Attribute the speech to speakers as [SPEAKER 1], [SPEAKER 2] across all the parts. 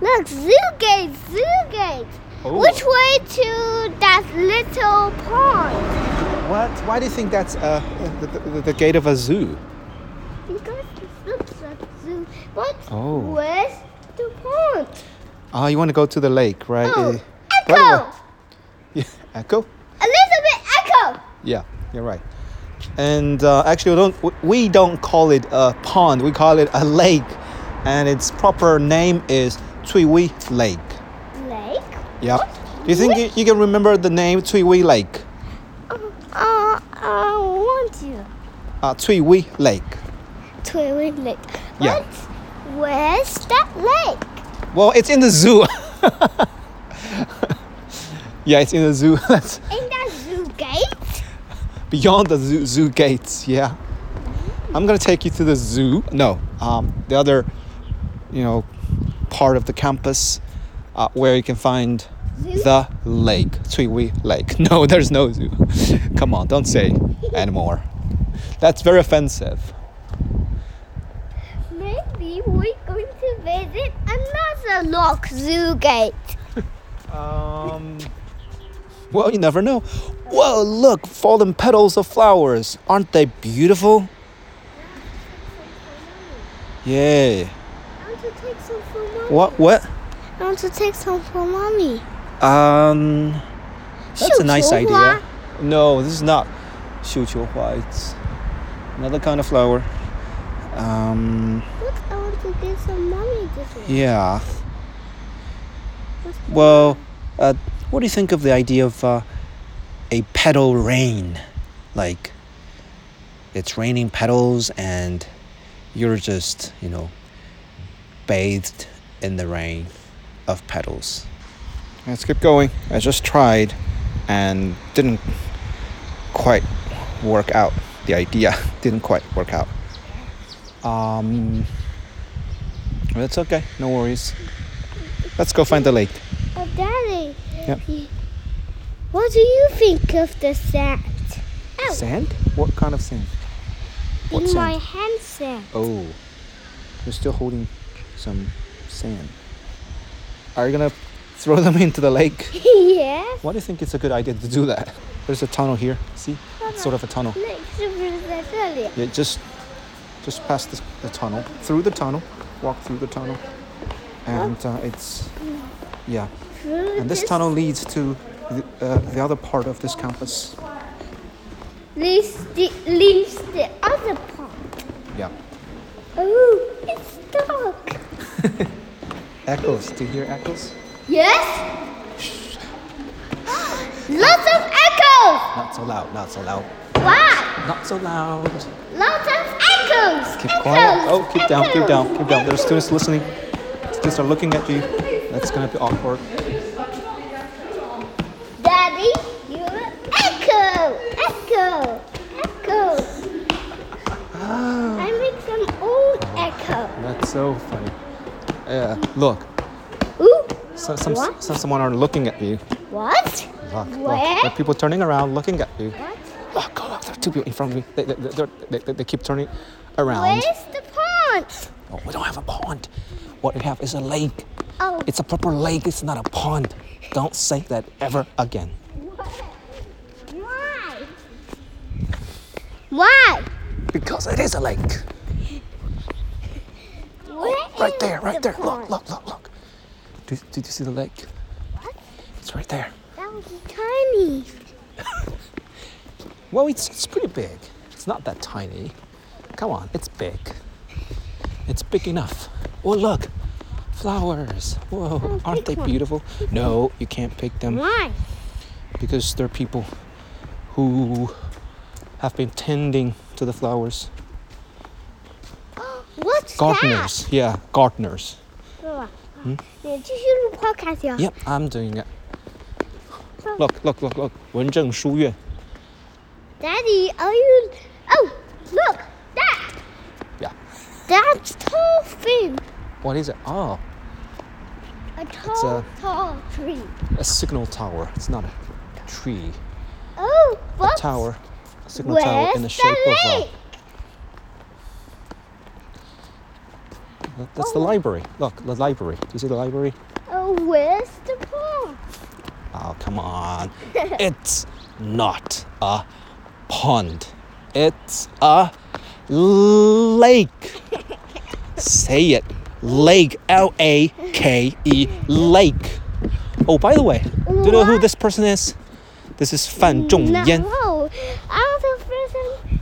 [SPEAKER 1] Look, zoo gate, zoo gate.
[SPEAKER 2] Oh.
[SPEAKER 1] Which way to that little pond?
[SPEAKER 2] What? Why do you think that's uh, the, the, the gate of a zoo?
[SPEAKER 1] Because it looks like zoo. But
[SPEAKER 2] Oh.
[SPEAKER 1] where's the pond?
[SPEAKER 2] Oh, you want to go to the lake, right?
[SPEAKER 1] Oh,
[SPEAKER 2] Eh, by the way-
[SPEAKER 1] echo.
[SPEAKER 2] Yeah, echo.
[SPEAKER 1] A little bit echo.
[SPEAKER 2] Yeah, you're right. And uh, actually, we don't w- we don't call it a pond. We call it a lake, and its proper name is Cui Wei Lake.
[SPEAKER 1] Lake.
[SPEAKER 2] Yeah. Do you think you, you can remember the name Cui Wei Lake?
[SPEAKER 1] Uh, uh, I want to.
[SPEAKER 2] Uh, Cui Wei Lake.
[SPEAKER 1] Twin lake.
[SPEAKER 2] Yeah.
[SPEAKER 1] What? Where's that lake?
[SPEAKER 2] Well, it's in the zoo. yeah, it's in the zoo. That's
[SPEAKER 1] In that zoo gate?
[SPEAKER 2] beyond the zoo, zoo gates. Yeah, I'm gonna take you to the zoo. No, um, the other, you know, part of the campus uh, where you can find
[SPEAKER 1] Zoo?
[SPEAKER 2] the lake, Cui Wei Lake. No, there's no zoo. Come on, don't say anymore. That's very offensive.
[SPEAKER 1] Maybe we're going to visit another lock zoo gate.
[SPEAKER 2] Um. Well, you never know. Whoa, look, fallen petals of flowers. Aren't they beautiful? Yay.
[SPEAKER 1] I want to take some for mommy.
[SPEAKER 2] What? What?
[SPEAKER 1] I want to take some for mommy.
[SPEAKER 2] Um. That's a nice
[SPEAKER 1] 绣球
[SPEAKER 2] idea.
[SPEAKER 1] 花
[SPEAKER 2] No, this is not 绣球花. It's another kind of flower. Um.
[SPEAKER 1] Look, I want to get some mommy this one.
[SPEAKER 2] Yeah.
[SPEAKER 1] What's that?
[SPEAKER 2] Well, uh, what do you think of the idea of uh, a petal rain? Like, it's raining petals, and you're just, you know, bathed in the rain of petals. Let's keep going. I just tried and didn't quite work out. The idea didn't quite work out. Um, that's okay. No worries. Let's go find the lake.
[SPEAKER 1] Oh, Daddy.
[SPEAKER 2] Yep.
[SPEAKER 1] y- What do you think of the sand? Ow,
[SPEAKER 2] Sand? What kind of sand? what
[SPEAKER 1] in
[SPEAKER 2] sand?
[SPEAKER 1] my hand sand.
[SPEAKER 2] Oh, you're still holding some sand. Are you gonna throw them into the lake?
[SPEAKER 1] yes.
[SPEAKER 2] Why do you think it's a good idea to do that? There's a tunnel here. See, it's sort of a tunnel.
[SPEAKER 1] 那是不是在这里？
[SPEAKER 2] Yeah, just just past the, the tunnel, through the tunnel, walk through the tunnel, and uh, it's yeah. And this tunnel leads to the, uh, the other part of this campus.
[SPEAKER 1] leaves the leaves the other part.
[SPEAKER 2] Yeah.
[SPEAKER 1] Oh, it's dark.
[SPEAKER 2] Echoes. Do you hear echoes?
[SPEAKER 1] Yes. Lots of echoes.
[SPEAKER 2] Not so loud. Not so loud.
[SPEAKER 1] Why?
[SPEAKER 2] Not so loud.
[SPEAKER 1] Lots of echoes.
[SPEAKER 2] Keep
[SPEAKER 1] echoes.
[SPEAKER 2] quiet. Oh, keep down, keep
[SPEAKER 1] echoes,
[SPEAKER 2] down, keep down. There are
[SPEAKER 1] echoes.
[SPEAKER 2] students listening. Students are looking at you. That's gonna be awkward.
[SPEAKER 1] Daddy, you're an echo. Echo. Echo. I make some old echo.
[SPEAKER 2] That's so funny. Yeah. Look,
[SPEAKER 1] Ooh.
[SPEAKER 2] so, some,
[SPEAKER 1] What?
[SPEAKER 2] so someone are looking at you.
[SPEAKER 1] What?
[SPEAKER 2] Look, look.
[SPEAKER 1] Where?
[SPEAKER 2] There are people turning around, looking at you.
[SPEAKER 1] What?
[SPEAKER 2] Look, oh, look, there are two people in front of me. They, they, they, they're- they, they, they keep turning around.
[SPEAKER 1] Where's the pond?
[SPEAKER 2] Oh, we don't have a pond. What we have is a lake.
[SPEAKER 1] Oh.
[SPEAKER 2] It's a proper lake. It's not a pond. Don't say that ever again.
[SPEAKER 1] Why? Why?
[SPEAKER 2] Because it is a lake.
[SPEAKER 1] Where
[SPEAKER 2] Oh, Right
[SPEAKER 1] is
[SPEAKER 2] there, right
[SPEAKER 1] the
[SPEAKER 2] there. Look,
[SPEAKER 1] pond?
[SPEAKER 2] look, look, look. Did, did you see the lake? It's right there.
[SPEAKER 1] That was tiny.
[SPEAKER 2] Well, it's, it's pretty big. It's not that tiny. Come on, it's big. It's big enough. Oh, look. Flowers. Whoa,
[SPEAKER 1] Oh,
[SPEAKER 2] aren't
[SPEAKER 1] pick
[SPEAKER 2] they
[SPEAKER 1] one.
[SPEAKER 2] beautiful? No, you can't pick them
[SPEAKER 1] Why?
[SPEAKER 2] because there are people who have been tending to the flowers.
[SPEAKER 1] What's
[SPEAKER 2] Gardeners. Yeah, gardeners.
[SPEAKER 1] that? 你继续录 podcast 呀。
[SPEAKER 2] Hmm? Yep, I'm doing it. Look, look, look, look. 文政书院.
[SPEAKER 1] Daddy, are you? Oh, look that.
[SPEAKER 2] Yeah.
[SPEAKER 1] That's tall thing.
[SPEAKER 2] What is it? Oh,
[SPEAKER 1] A tall, tall tree.
[SPEAKER 2] a signal tower. It's not a tree.
[SPEAKER 1] Oh, what?
[SPEAKER 2] Tower. A signal uh,
[SPEAKER 1] Where's
[SPEAKER 2] tower in the shape
[SPEAKER 1] the
[SPEAKER 2] of a.
[SPEAKER 1] lake?
[SPEAKER 2] That- That's the library. Look, the library. Do you see the library?
[SPEAKER 1] Oh, where's the pond?
[SPEAKER 2] Oh, come on. it's not a pond. It's a lake. Say it. Lake. L A K E. Lake. Oh, by the way, do you know who
[SPEAKER 1] What?
[SPEAKER 2] this person is? This is Fan Zhongyan.
[SPEAKER 1] No, I'm oh, the person.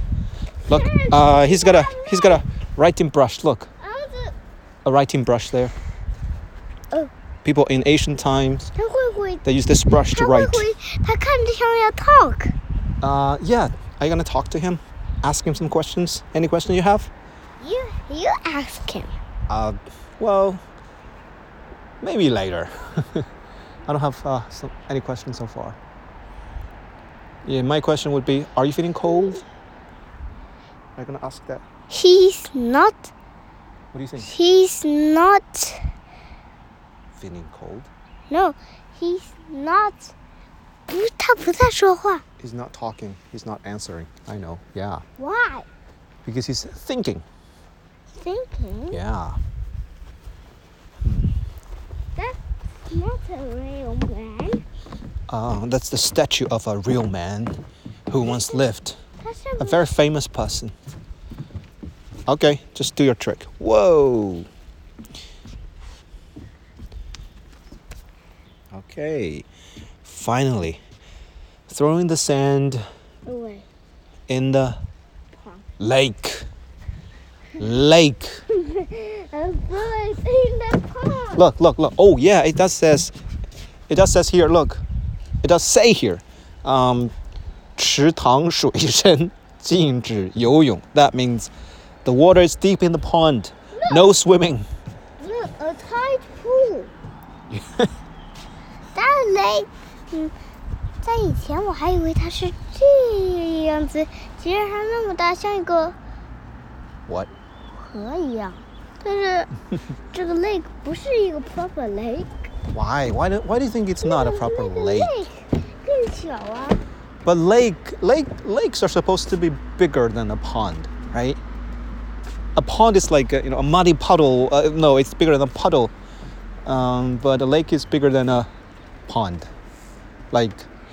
[SPEAKER 2] Look, uh, he's got a he's got a writing brush. Look,
[SPEAKER 1] I'm the.
[SPEAKER 2] a writing brush there.
[SPEAKER 1] Oh.
[SPEAKER 2] People in ancient times
[SPEAKER 1] 他会不会？
[SPEAKER 2] they use this brush to
[SPEAKER 1] 他会
[SPEAKER 2] write.
[SPEAKER 1] 不会？他看着像要 talk。
[SPEAKER 2] Uh, yeah. Are you gonna talk to him? Ask him some questions. Any question you have?
[SPEAKER 1] You you ask him.
[SPEAKER 2] Uh, well, maybe later. I don't have uh, so, any questions so far. Yeah, my question would be: Are you feeling cold? Are you gonna ask that?
[SPEAKER 1] He's not.
[SPEAKER 2] What do you think?
[SPEAKER 1] He's not.
[SPEAKER 2] Feeling cold?
[SPEAKER 1] No, he's not. 不，他不在说话。
[SPEAKER 2] He's not talking. He's not answering. I know. Yeah,
[SPEAKER 1] Why?
[SPEAKER 2] because he's thinking.
[SPEAKER 1] Thinking.
[SPEAKER 2] Yeah.
[SPEAKER 1] That's not a real man.
[SPEAKER 2] Uh, that's the statue of a real man who once lived.
[SPEAKER 1] 他是
[SPEAKER 2] A very famous person. Okay, just do your trick. Whoa. Okay. Finally, throwing the sand
[SPEAKER 1] 对
[SPEAKER 2] in the lake. Lake.
[SPEAKER 1] A bird in the pond.
[SPEAKER 2] Look, look, look. Oh yeah, it does says. It does says here. Look, it does say here. Um, 池塘水深禁止游泳. That means the water is deep in the pond. No swimming.
[SPEAKER 1] Look, a tide pool. that lake. 嗯，在以前我还以为它是这样子，其实它那么大，像一个
[SPEAKER 2] What?
[SPEAKER 1] 河一样。但是这个 lake 不是一个 proper lake。
[SPEAKER 2] Why? Why do, Why do you think it's not
[SPEAKER 1] 那
[SPEAKER 2] a
[SPEAKER 1] 个
[SPEAKER 2] proper
[SPEAKER 1] 那个
[SPEAKER 2] lake?
[SPEAKER 1] lake 更小啊。
[SPEAKER 2] But lake, lake, lakes are supposed to be bigger than a pond, right? A pond is like a, you know a muddy puddle. Uh, no, it's bigger than a puddle, um, but a lake is bigger than a pond. Like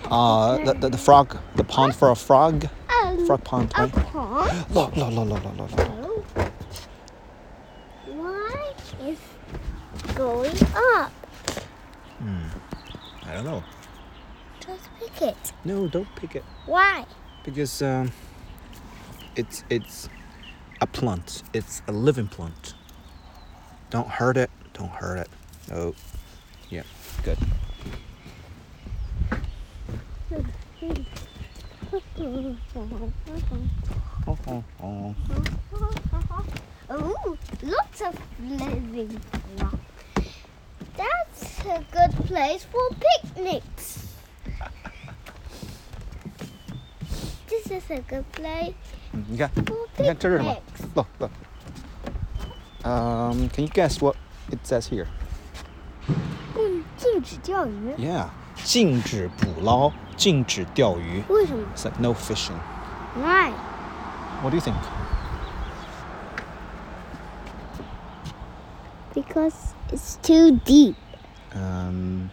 [SPEAKER 2] uh, the, the, the frog, the pond for a frog,
[SPEAKER 1] Um,
[SPEAKER 2] frog pond,
[SPEAKER 1] a
[SPEAKER 2] right?
[SPEAKER 1] pond.
[SPEAKER 2] Look, look, look, look, look, look, look.
[SPEAKER 1] Oh. Why is going up?
[SPEAKER 2] I don't know.
[SPEAKER 1] Just pick it.
[SPEAKER 2] No, don't pick it
[SPEAKER 1] Why?
[SPEAKER 2] because um, it's it's a plant. It's a living plant. Don't hurt it. Don't hurt it. Oh, yeah, good.
[SPEAKER 1] Oh, lots of living plants. That's a good place for picnics. this is a good place
[SPEAKER 2] 你看，
[SPEAKER 1] for
[SPEAKER 2] 你看这是什么
[SPEAKER 1] picnics.
[SPEAKER 2] ？Look, look. Um, can you guess what it says here?
[SPEAKER 1] 嗯，禁止钓鱼。
[SPEAKER 2] Yeah，禁止捕捞，禁止钓鱼。
[SPEAKER 1] 为什么
[SPEAKER 2] It's like no fishing.
[SPEAKER 1] ？Why?
[SPEAKER 2] What do you think?
[SPEAKER 1] Because it's too deep.
[SPEAKER 2] Um,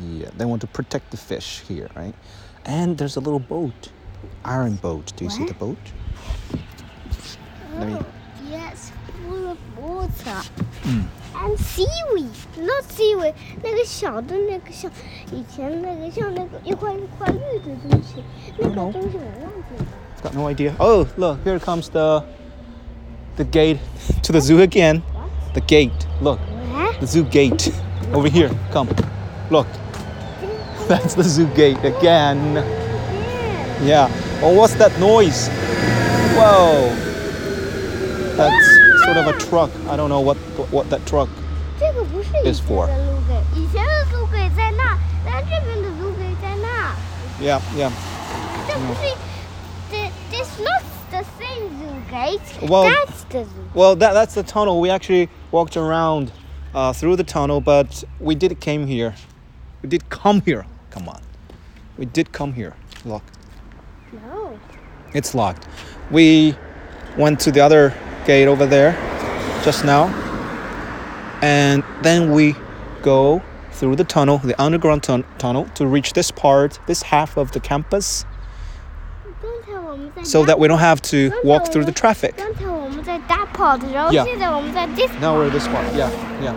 [SPEAKER 2] yeah, they want to protect the fish here, right? And there's a little boat, iron boat. Do you see the boat? Let me-
[SPEAKER 1] Oh, yes, full of water.
[SPEAKER 2] Hmm.
[SPEAKER 1] And seaweed, not seaweed，那个小的那个像以前那个像那个一块一块绿的东西，那个
[SPEAKER 2] No.
[SPEAKER 1] 东西我忘记了。
[SPEAKER 2] Got no idea. Oh, look, here comes the the gate to the zoo again. The gate. Look,
[SPEAKER 1] 哎，
[SPEAKER 2] the zoo gate over here. Come, look. That's the zoo gate again. Yeah. Oh, what's that noise? Whoa. That's sort of a truck. I don't know what what that truck.
[SPEAKER 1] 这个不是以
[SPEAKER 2] It's
[SPEAKER 1] 前
[SPEAKER 2] for-
[SPEAKER 1] 的路给，以前的路给在那，但这边的路给在那，
[SPEAKER 2] Yeah, yeah.
[SPEAKER 1] 这不是。
[SPEAKER 2] Hmm.
[SPEAKER 1] 这 This not the same zoo gate.
[SPEAKER 2] Well-
[SPEAKER 1] That's the zoo.
[SPEAKER 2] Well, that that's the tunnel. We actually walked around uh, through the tunnel, but we did came here. We did come here. Come on. We did come here. Look,
[SPEAKER 1] No.
[SPEAKER 2] it's locked. We went to the other gate over there just now, and then we go through the tunnel, the underground tun- tunnel, to reach this part, this half of the campus,
[SPEAKER 1] 刚才我们在
[SPEAKER 2] so that we don't have to
[SPEAKER 1] 刚才
[SPEAKER 2] walk
[SPEAKER 1] 我
[SPEAKER 2] through
[SPEAKER 1] 们
[SPEAKER 2] the traffic.
[SPEAKER 1] 刚才我们在 that part，然后
[SPEAKER 2] Yeah.
[SPEAKER 1] 现在我们在 this。
[SPEAKER 2] Now we're at this part. Yeah, yeah,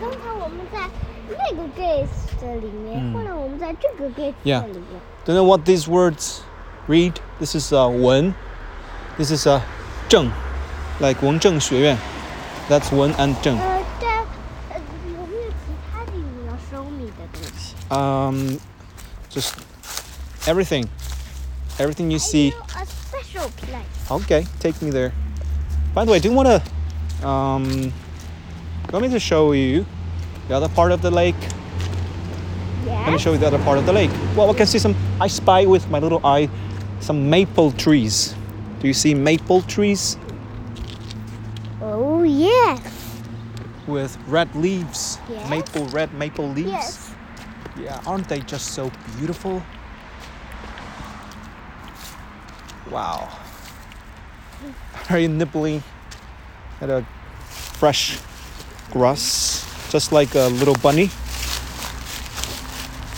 [SPEAKER 1] 刚才我们在那个 gate 的里面，后来我们在这个 gate 的
[SPEAKER 2] Hmm。 Yeah.
[SPEAKER 1] 里面。
[SPEAKER 2] Don't know what these words read. This is uh, Wen. This is uh, Zheng, like Wen Zheng Yuan. That's Wen and Zheng.
[SPEAKER 1] 呃，但呃，有没有其他的你要收你的东西？
[SPEAKER 2] Um, just everything, everything
[SPEAKER 1] I
[SPEAKER 2] you see.
[SPEAKER 1] do a special place.
[SPEAKER 2] Okay, take me there. By the way, I do want to um, want me to show you the other part of the lake. Let me
[SPEAKER 1] Yes.
[SPEAKER 2] show you the other part of the lake. Well, I can see some. I spy with my little eye some maple trees. Do you see maple trees
[SPEAKER 1] Oh yes.
[SPEAKER 2] with red leaves?
[SPEAKER 1] Yes.
[SPEAKER 2] Maple, red maple leaves.
[SPEAKER 1] Yes.
[SPEAKER 2] Yeah, aren't they just so beautiful? Wow. Are you nibbling at a fresh grass, just like a little bunny?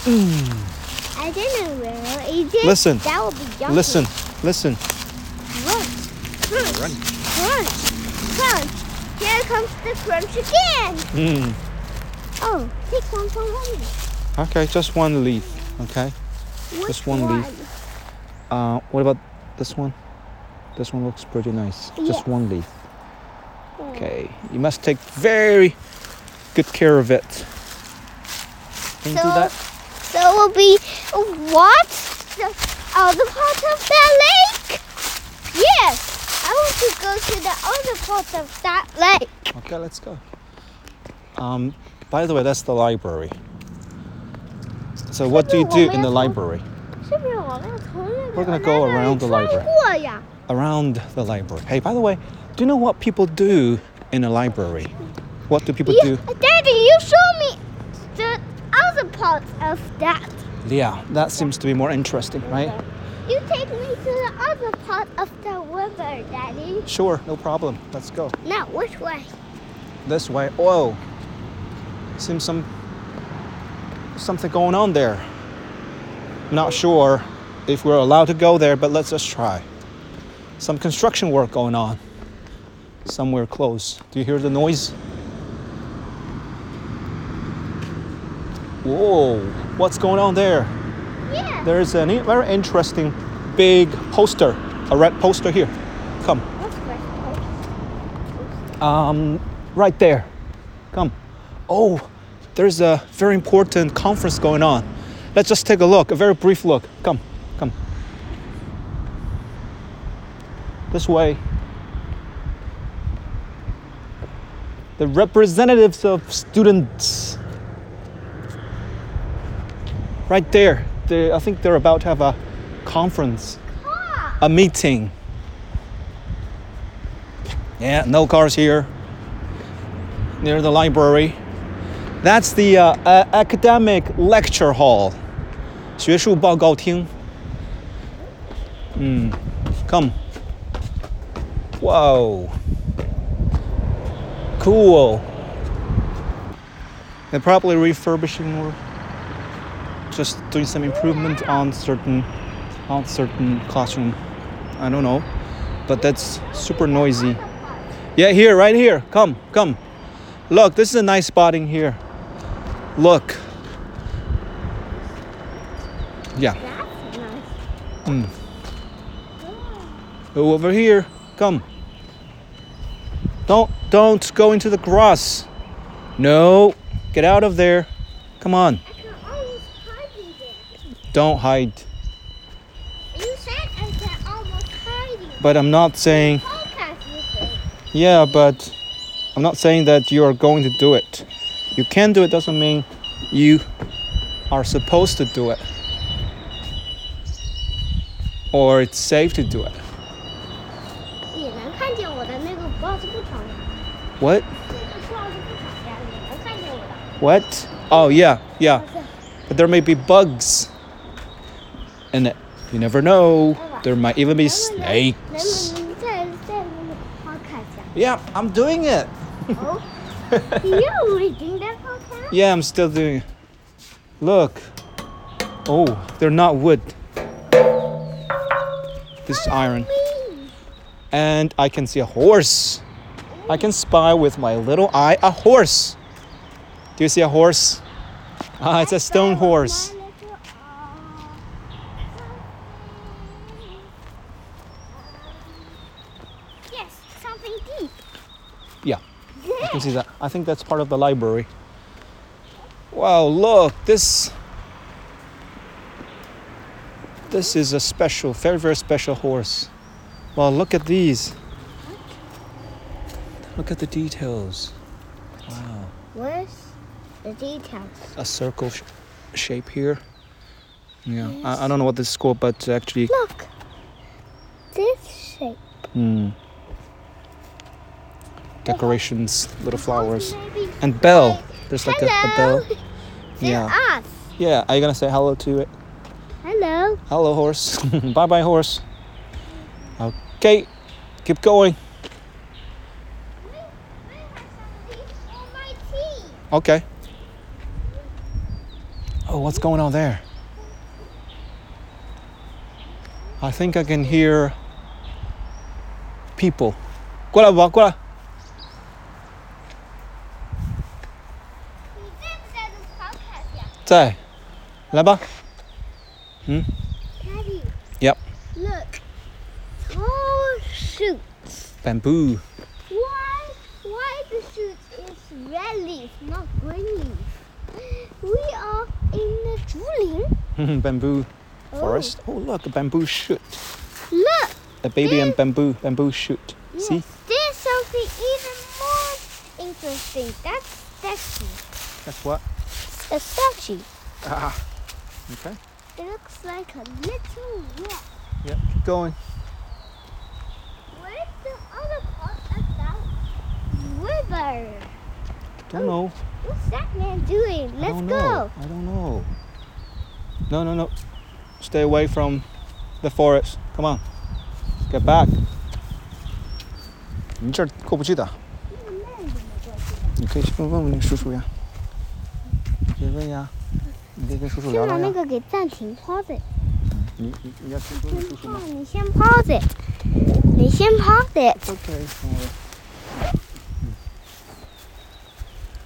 [SPEAKER 1] I didn't know. It did.
[SPEAKER 2] Listen.
[SPEAKER 1] That would be yummy.
[SPEAKER 2] Listen, listen.
[SPEAKER 1] Crunch. Crunch. Crunch. Crunch. Here comes the crunch again.
[SPEAKER 2] Mm.
[SPEAKER 1] Oh, take one for one.
[SPEAKER 2] Okay, just one leaf. Okay.
[SPEAKER 1] Which
[SPEAKER 2] Just one leaf. Uh, what about this one? This one looks pretty nice. Just
[SPEAKER 1] Yeah.
[SPEAKER 2] one leaf.
[SPEAKER 1] one?
[SPEAKER 2] Okay. You must take very good care of it. Can you do
[SPEAKER 1] So-
[SPEAKER 2] that?
[SPEAKER 1] So it will be what? The other part of that lake? Yes. I want to go to the other part of that lake.
[SPEAKER 2] Okay, let's go. Um, by the way, that's the library. So, what do you do in the library?
[SPEAKER 1] 是不是我们要从那个
[SPEAKER 2] We're gonna go
[SPEAKER 1] 那里
[SPEAKER 2] around the
[SPEAKER 1] 穿
[SPEAKER 2] library.
[SPEAKER 1] 过呀？
[SPEAKER 2] Around the library. Hey, by the way, do you know what people do in a library? What do people
[SPEAKER 1] You,
[SPEAKER 2] do?
[SPEAKER 1] Daddy, you show me the other part of that.
[SPEAKER 2] Yeah, that seems to be more interesting, right?
[SPEAKER 1] You take me to the other part of the river, Daddy.
[SPEAKER 2] Sure, no problem. Let's go.
[SPEAKER 1] Now, which way?
[SPEAKER 2] This way. Whoa. Seems some something going on there. Not sure if we're allowed to go there, but let's just try. Some construction work going on somewhere close. Do you hear the noise? Whoa, what's going on there?
[SPEAKER 1] Yeah.
[SPEAKER 2] There's a ne- very interesting big poster, a red poster here. Come.
[SPEAKER 1] Which way?
[SPEAKER 2] Um, right there. Come. Oh, there's a very important conference going on. Let's just take a look, a very brief look. Come, come. This way. The representatives of students. Right there. They, I think they're about to have a conference,
[SPEAKER 1] Ah,
[SPEAKER 2] a meeting. Yeah, no cars here. Near the library. That's the uh, uh, academic lecture hall. 学术报告厅. Mm, come. Whoa. Cool. They're probably refurbishing or just doing some improvement on certain on certain classroom. I don't know. But that's super noisy. Yeah, here, right here. Come, come. Look, this is a nice spot in here. Look. Yeah.
[SPEAKER 1] that's nice.
[SPEAKER 2] Hmm. Over here. Come. Don't don't go into the grass. No. Get out of there. Come on.
[SPEAKER 1] I can almost hide in there.
[SPEAKER 2] Don't hide.
[SPEAKER 1] You said I can almost hide in
[SPEAKER 2] But I'm not saying
[SPEAKER 1] podcast you said.
[SPEAKER 2] yeah, but I'm not saying that you are going to do it. You can do it doesn't mean you are supposed to do it. Or it's safe to do it.
[SPEAKER 1] 你能看见我的那个帽子不长吗？
[SPEAKER 2] What?
[SPEAKER 1] 这个帽子不长呀，你能看见我的？
[SPEAKER 2] What? Oh yeah, yeah.
[SPEAKER 1] 不是，
[SPEAKER 2] But there may be bugs in it. You never know. There might even
[SPEAKER 1] 能不
[SPEAKER 2] be
[SPEAKER 1] 能
[SPEAKER 2] snakes.
[SPEAKER 1] 能不能再再那个 podcast 呀？
[SPEAKER 2] Yeah, I'm doing it.
[SPEAKER 1] 哦， You're reading that whole time?
[SPEAKER 2] Yeah, I'm still doing it. Look. Oh, they're not wood. This is iron.
[SPEAKER 1] Please.
[SPEAKER 2] And I can see a horse. I can spy with my little eye a horse. Do you see a horse? Ah, it's a stone horse.
[SPEAKER 1] Yes, something deep.
[SPEAKER 2] Yeah, I can see that. I think that's part of the library. Wow, look, this This is a special, very very special horse. Wow, look at these. Look at the details. Wow.
[SPEAKER 1] Where's the details?
[SPEAKER 2] A circle sh- shape here. Yeah, I, I don't know what this is called, but actually,
[SPEAKER 1] Look. This shape.
[SPEAKER 2] hmm, decorations, little flowers,
[SPEAKER 1] Maybe
[SPEAKER 2] and bell. There's like a, a
[SPEAKER 1] Hello.
[SPEAKER 2] bell.
[SPEAKER 1] They're
[SPEAKER 2] Yeah.
[SPEAKER 1] us.
[SPEAKER 2] Yeah, are you gonna say hello to it?
[SPEAKER 1] Hello.
[SPEAKER 2] Hello, horse. bye bye, horse. Okay, keep going. Okay. Oh, what's going on there? I think I can hear people. 过来吧，过来。在，来吧。嗯
[SPEAKER 1] Daddy.
[SPEAKER 2] Yep.
[SPEAKER 1] Look. Tall shoots.
[SPEAKER 2] ，bamboo.
[SPEAKER 1] Why? Why the shoots is red leaf, not green leaf? We are in the drilling.
[SPEAKER 2] bamboo forest. Oh. look, a bamboo shoot.
[SPEAKER 1] Look.
[SPEAKER 2] A baby and
[SPEAKER 1] This-
[SPEAKER 2] bamboo, bamboo shoot. See?
[SPEAKER 1] Yes, There's something even more interesting. That's statue.
[SPEAKER 2] That's what?
[SPEAKER 1] A statue.
[SPEAKER 2] Ah. Okay.
[SPEAKER 1] It looks like a little rock.
[SPEAKER 2] Yep. Keep going.
[SPEAKER 1] Where's the other part of that river?
[SPEAKER 2] Don't know.
[SPEAKER 1] What's that man doing?
[SPEAKER 2] I
[SPEAKER 1] Let's
[SPEAKER 2] don't
[SPEAKER 1] go.
[SPEAKER 2] know. I don't know. No, no, no. Stay away from the forest. Come on. Get back. 你这儿过不去的。你可以去问问那个叔叔呀，你可以问呀，
[SPEAKER 1] 先把那
[SPEAKER 2] 你可以跟叔叔聊聊呀。
[SPEAKER 1] 个给暂停，pause it。
[SPEAKER 2] 你-你-你要去问叔叔吗？
[SPEAKER 1] 你先 pause it。你先 pause it。
[SPEAKER 2] It's okay，don't worry 嗯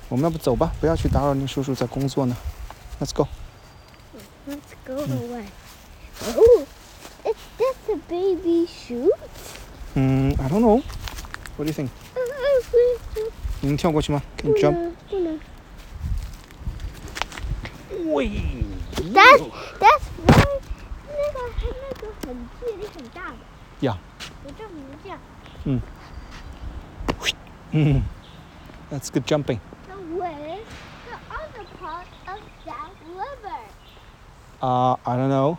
[SPEAKER 2] 我们要不走吧，不要去打扰那叔叔在工作呢。Let's go。
[SPEAKER 1] Let's go
[SPEAKER 2] Hmm.
[SPEAKER 1] away. Oh, is that a baby shoe?
[SPEAKER 2] 嗯，I don't know。What do you think？你能跳过去吗？Can you jump？
[SPEAKER 1] 不能。
[SPEAKER 2] 喂，
[SPEAKER 1] That's that's very 那个那个很距离很大的。
[SPEAKER 2] Yeah.
[SPEAKER 1] 我这么这样，
[SPEAKER 2] 嗯，That's good jumping。
[SPEAKER 1] the where's the other part of that river?
[SPEAKER 2] Uh, I don't know.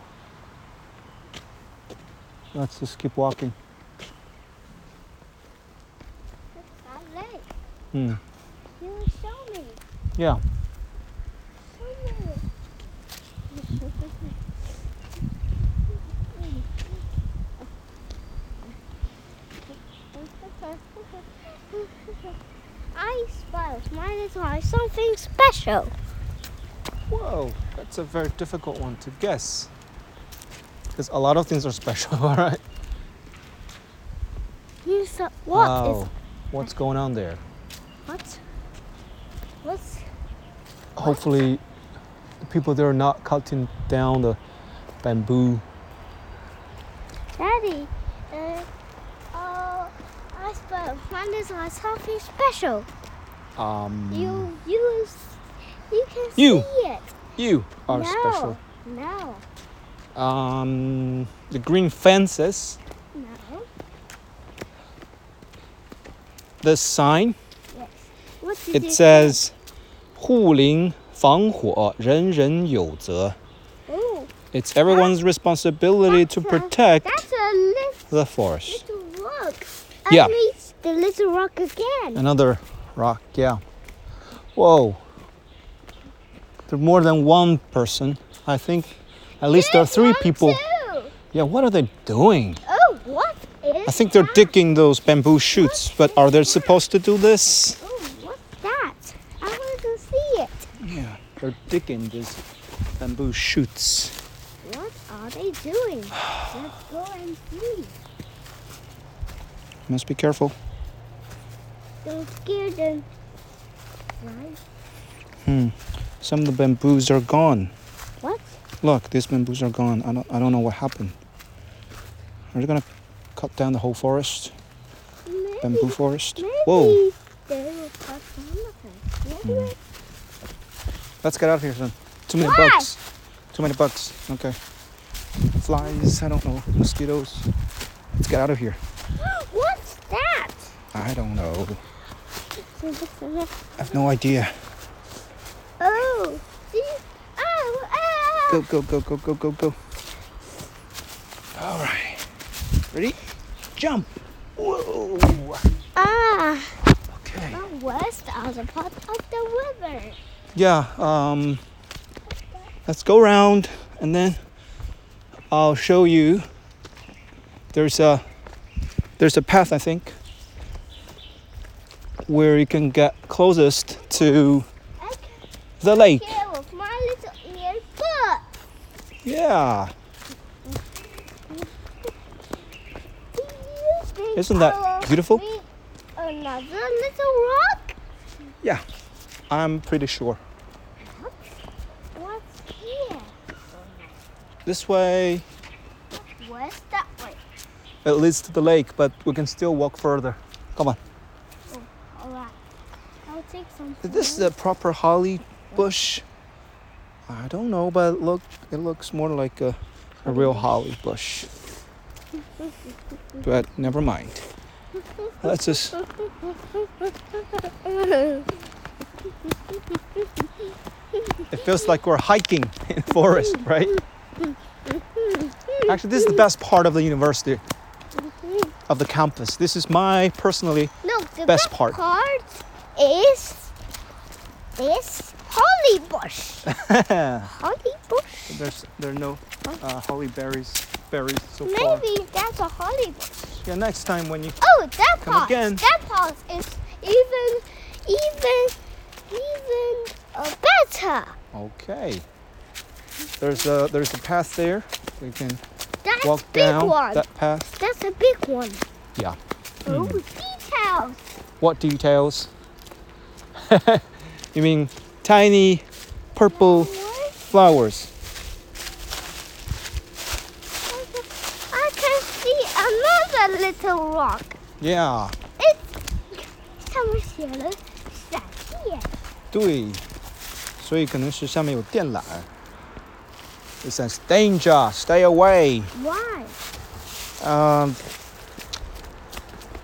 [SPEAKER 2] Let's just keep walking.
[SPEAKER 1] That's that lake.
[SPEAKER 2] Hmm.
[SPEAKER 1] You will show me.
[SPEAKER 2] Yeah.
[SPEAKER 1] Show me. I spy with my little eye something special.
[SPEAKER 2] Whoa, that's a very difficult one to guess. Because a lot of things are special, all right?
[SPEAKER 1] You saw what is
[SPEAKER 2] Wow. What's going on there?
[SPEAKER 1] what? What's
[SPEAKER 2] hopefully the people there are not cutting down the bamboo.
[SPEAKER 1] Daddy, uh, oh, I spelled finders are something special.
[SPEAKER 2] Um,
[SPEAKER 1] You, you, s- you can
[SPEAKER 2] You.
[SPEAKER 1] see it.
[SPEAKER 2] you are
[SPEAKER 1] no,
[SPEAKER 2] special.
[SPEAKER 1] No,
[SPEAKER 2] Um, the green fences,
[SPEAKER 1] no.
[SPEAKER 2] the sign,
[SPEAKER 1] Yes. What did you
[SPEAKER 2] it says 护林防火，人人有责.
[SPEAKER 1] Oh,
[SPEAKER 2] It's everyone's responsibility
[SPEAKER 1] That's
[SPEAKER 2] to
[SPEAKER 1] a-
[SPEAKER 2] protect
[SPEAKER 1] that's a lit-
[SPEAKER 2] the forest.
[SPEAKER 1] little rock.
[SPEAKER 2] Yeah.
[SPEAKER 1] I reached the little rock again.
[SPEAKER 2] Another rock, yeah. Whoa. There's more than one person. I think at least there are
[SPEAKER 1] There's
[SPEAKER 2] three
[SPEAKER 1] one
[SPEAKER 2] people.
[SPEAKER 1] too.
[SPEAKER 2] Yeah, what are they doing?
[SPEAKER 1] Oh, what is
[SPEAKER 2] I think they're
[SPEAKER 1] that?
[SPEAKER 2] digging those bamboo shoots, but are they supposed to do this?
[SPEAKER 1] Oh, what's that?
[SPEAKER 2] They're thickened as bamboo shoots.
[SPEAKER 1] What are they doing? Let's go and see.
[SPEAKER 2] Must be careful.
[SPEAKER 1] Don't scare them. Right?
[SPEAKER 2] Some of the bamboos are gone.
[SPEAKER 1] What?
[SPEAKER 2] Look, these bamboos are gone. I don't, I don't know what happened. Are they gonna cut down the whole forest?
[SPEAKER 1] Maybe,
[SPEAKER 2] Bamboo forest?
[SPEAKER 1] maybe
[SPEAKER 2] Whoa, Hmm.
[SPEAKER 1] they will cut some of us. Maybe
[SPEAKER 2] let's get out of here then. Too many
[SPEAKER 1] Why?
[SPEAKER 2] bugs. Too many bugs. Okay. Flies, I don't know. Mosquitoes. Let's get out of here.
[SPEAKER 1] What's that?
[SPEAKER 2] I don't know. I have no idea.
[SPEAKER 1] Oh, see? Oh, ah!
[SPEAKER 2] Go, go, go, go, go, go, go. All right. Ready? Jump. Whoa.
[SPEAKER 1] Ah!
[SPEAKER 2] Okay.
[SPEAKER 1] The west are the part of the river.
[SPEAKER 2] Yeah. Um. Let's go around, and then I'll show you. There's a there's a path I think where you can get closest to
[SPEAKER 1] I can
[SPEAKER 2] the lake.
[SPEAKER 1] care with my little ear foot.
[SPEAKER 2] Yeah.
[SPEAKER 1] Do you think
[SPEAKER 2] Isn't that
[SPEAKER 1] I will
[SPEAKER 2] beautiful?
[SPEAKER 1] be Another little rock?
[SPEAKER 2] Yeah. I'm pretty sure.
[SPEAKER 1] What's here?
[SPEAKER 2] This way.
[SPEAKER 1] Where's that way?
[SPEAKER 2] It leads to the lake, but we can still walk further. Come on.
[SPEAKER 1] Alright. I'll take some.
[SPEAKER 2] Is this the proper holly bush? I don't know, but look, it looks more like a, a real holly bush. But never mind. Let's just it feels like we're hiking in a forest, right? Actually, this is the best part of the university of the campus. This is my personally
[SPEAKER 1] no, the best,
[SPEAKER 2] best part.
[SPEAKER 1] part is this holly bush.
[SPEAKER 2] there's
[SPEAKER 1] Holly bush.
[SPEAKER 2] there are no uh, holly berries berries so far.
[SPEAKER 1] Maybe that's a holly bush.
[SPEAKER 2] Yeah, next time when you
[SPEAKER 1] Oh, that
[SPEAKER 2] Come
[SPEAKER 1] part.
[SPEAKER 2] again.
[SPEAKER 1] That part is even, even, even uh, better.
[SPEAKER 2] Okay. There's a there's a path there. We can
[SPEAKER 1] That's
[SPEAKER 2] walk
[SPEAKER 1] big
[SPEAKER 2] down
[SPEAKER 1] one.
[SPEAKER 2] that Hmm. path.
[SPEAKER 1] That's a big one.
[SPEAKER 2] Yeah.
[SPEAKER 1] Oh, details.
[SPEAKER 2] What details? you mean tiny purple
[SPEAKER 1] What?
[SPEAKER 2] flowers?
[SPEAKER 1] I can see another little rock.
[SPEAKER 2] Yeah.
[SPEAKER 1] It's 上面写了闪电。
[SPEAKER 2] 对。所以可能是上面有电缆。It says danger, stay away.
[SPEAKER 1] Why?
[SPEAKER 2] Um,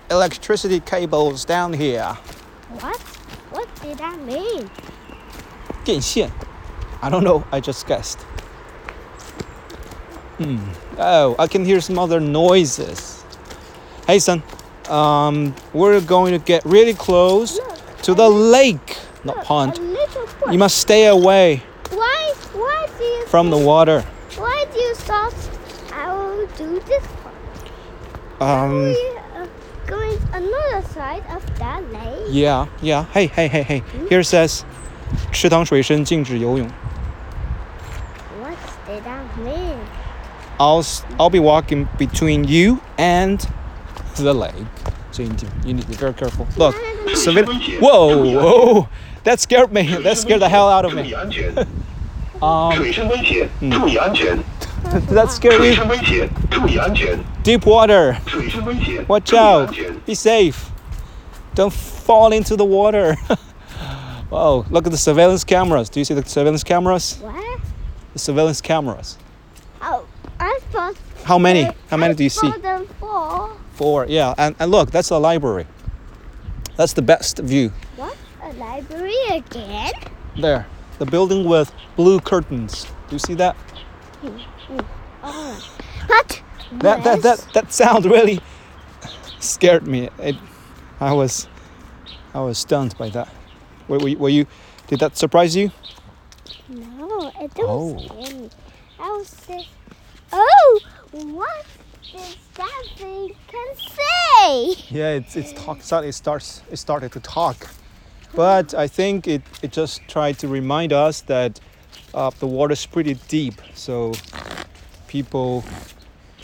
[SPEAKER 2] electricity cables down here.
[SPEAKER 1] What? What did that mean?
[SPEAKER 2] 电线. I don't know. I just guessed. Hmm. Oh, I can hear some other noises. Hey, son. Um, we're going to get really close
[SPEAKER 1] Look,
[SPEAKER 2] to the lake, not
[SPEAKER 1] look, A
[SPEAKER 2] pond.
[SPEAKER 1] little boy.
[SPEAKER 2] You must stay away
[SPEAKER 1] Why? Why do you?
[SPEAKER 2] from the water.
[SPEAKER 1] Why do you thought I will do this part?
[SPEAKER 2] Um,
[SPEAKER 1] We are going another side of that lake.
[SPEAKER 2] yeah, yeah. Hey, hey, hey, hey. Here it says, 池塘水深禁止游泳.
[SPEAKER 1] What did that mean?
[SPEAKER 2] I'll s- I'll be walking between you and the lake, so you need to, you need to be very careful. Look, civili- whoa, whoa, that scared me. That scared the hell out of
[SPEAKER 3] 注意
[SPEAKER 2] me.
[SPEAKER 3] 安 全，
[SPEAKER 2] Um,
[SPEAKER 3] 水深危险，注意安全，
[SPEAKER 2] did that scare
[SPEAKER 3] 水
[SPEAKER 2] you?
[SPEAKER 3] 深危险，注意安全，
[SPEAKER 2] Deep water.
[SPEAKER 3] 水深危险，
[SPEAKER 2] Watch
[SPEAKER 3] 注意安
[SPEAKER 2] out.
[SPEAKER 3] 全。
[SPEAKER 2] Be safe. Don't fall into the water. Whoa, look at the surveillance cameras. Do you see the surveillance cameras?
[SPEAKER 1] What?
[SPEAKER 2] The surveillance cameras.
[SPEAKER 1] Oh, I thought.
[SPEAKER 2] How many?
[SPEAKER 1] they-
[SPEAKER 2] How many
[SPEAKER 1] I
[SPEAKER 2] do you see?
[SPEAKER 1] saw them four.
[SPEAKER 2] Four. Yeah, and, and look, that's the library. That's the best view.
[SPEAKER 1] What? A library again?
[SPEAKER 2] There, the building with blue curtains. Do you see that?
[SPEAKER 1] Alright. But
[SPEAKER 2] That that that that sound really scared me. It, I was, I was stunned by that. Were, were, you- were you? Did that surprise you?
[SPEAKER 1] No, it didn't
[SPEAKER 2] Oh.
[SPEAKER 1] scare me. I was say, oh, what does that thing can say?
[SPEAKER 2] Yeah, it's it's talk. It starts. It started to talk. But I think it, it just tried to remind us that uh, the water's pretty deep. So people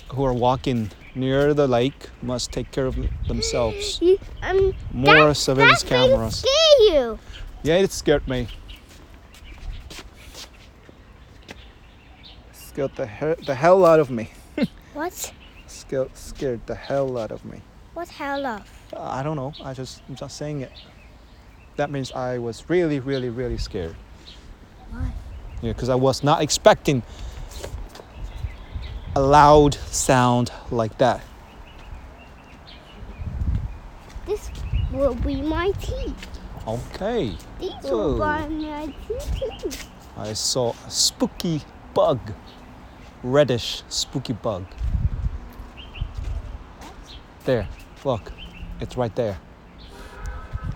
[SPEAKER 2] who are walking near the lake must take care of themselves.
[SPEAKER 1] You- um,
[SPEAKER 2] More
[SPEAKER 1] that,
[SPEAKER 2] surveillance
[SPEAKER 1] that thing
[SPEAKER 2] cameras.
[SPEAKER 1] Scare you?
[SPEAKER 2] Yeah, it scared me. Scared the, he- the hell out of me.
[SPEAKER 1] What?
[SPEAKER 2] Scared, scared the hell out of me.
[SPEAKER 1] What hell of?
[SPEAKER 2] I don't know. I just I'm just saying it. That means I was really, really, really scared.
[SPEAKER 1] Why?
[SPEAKER 2] Yeah, because I was not expecting a loud sound like that.
[SPEAKER 1] This will be my teeth.
[SPEAKER 2] Okay,
[SPEAKER 1] These will be
[SPEAKER 2] Oh.
[SPEAKER 1] my teeth.
[SPEAKER 2] I saw a spooky bug, reddish spooky bug. There, look, it's right there.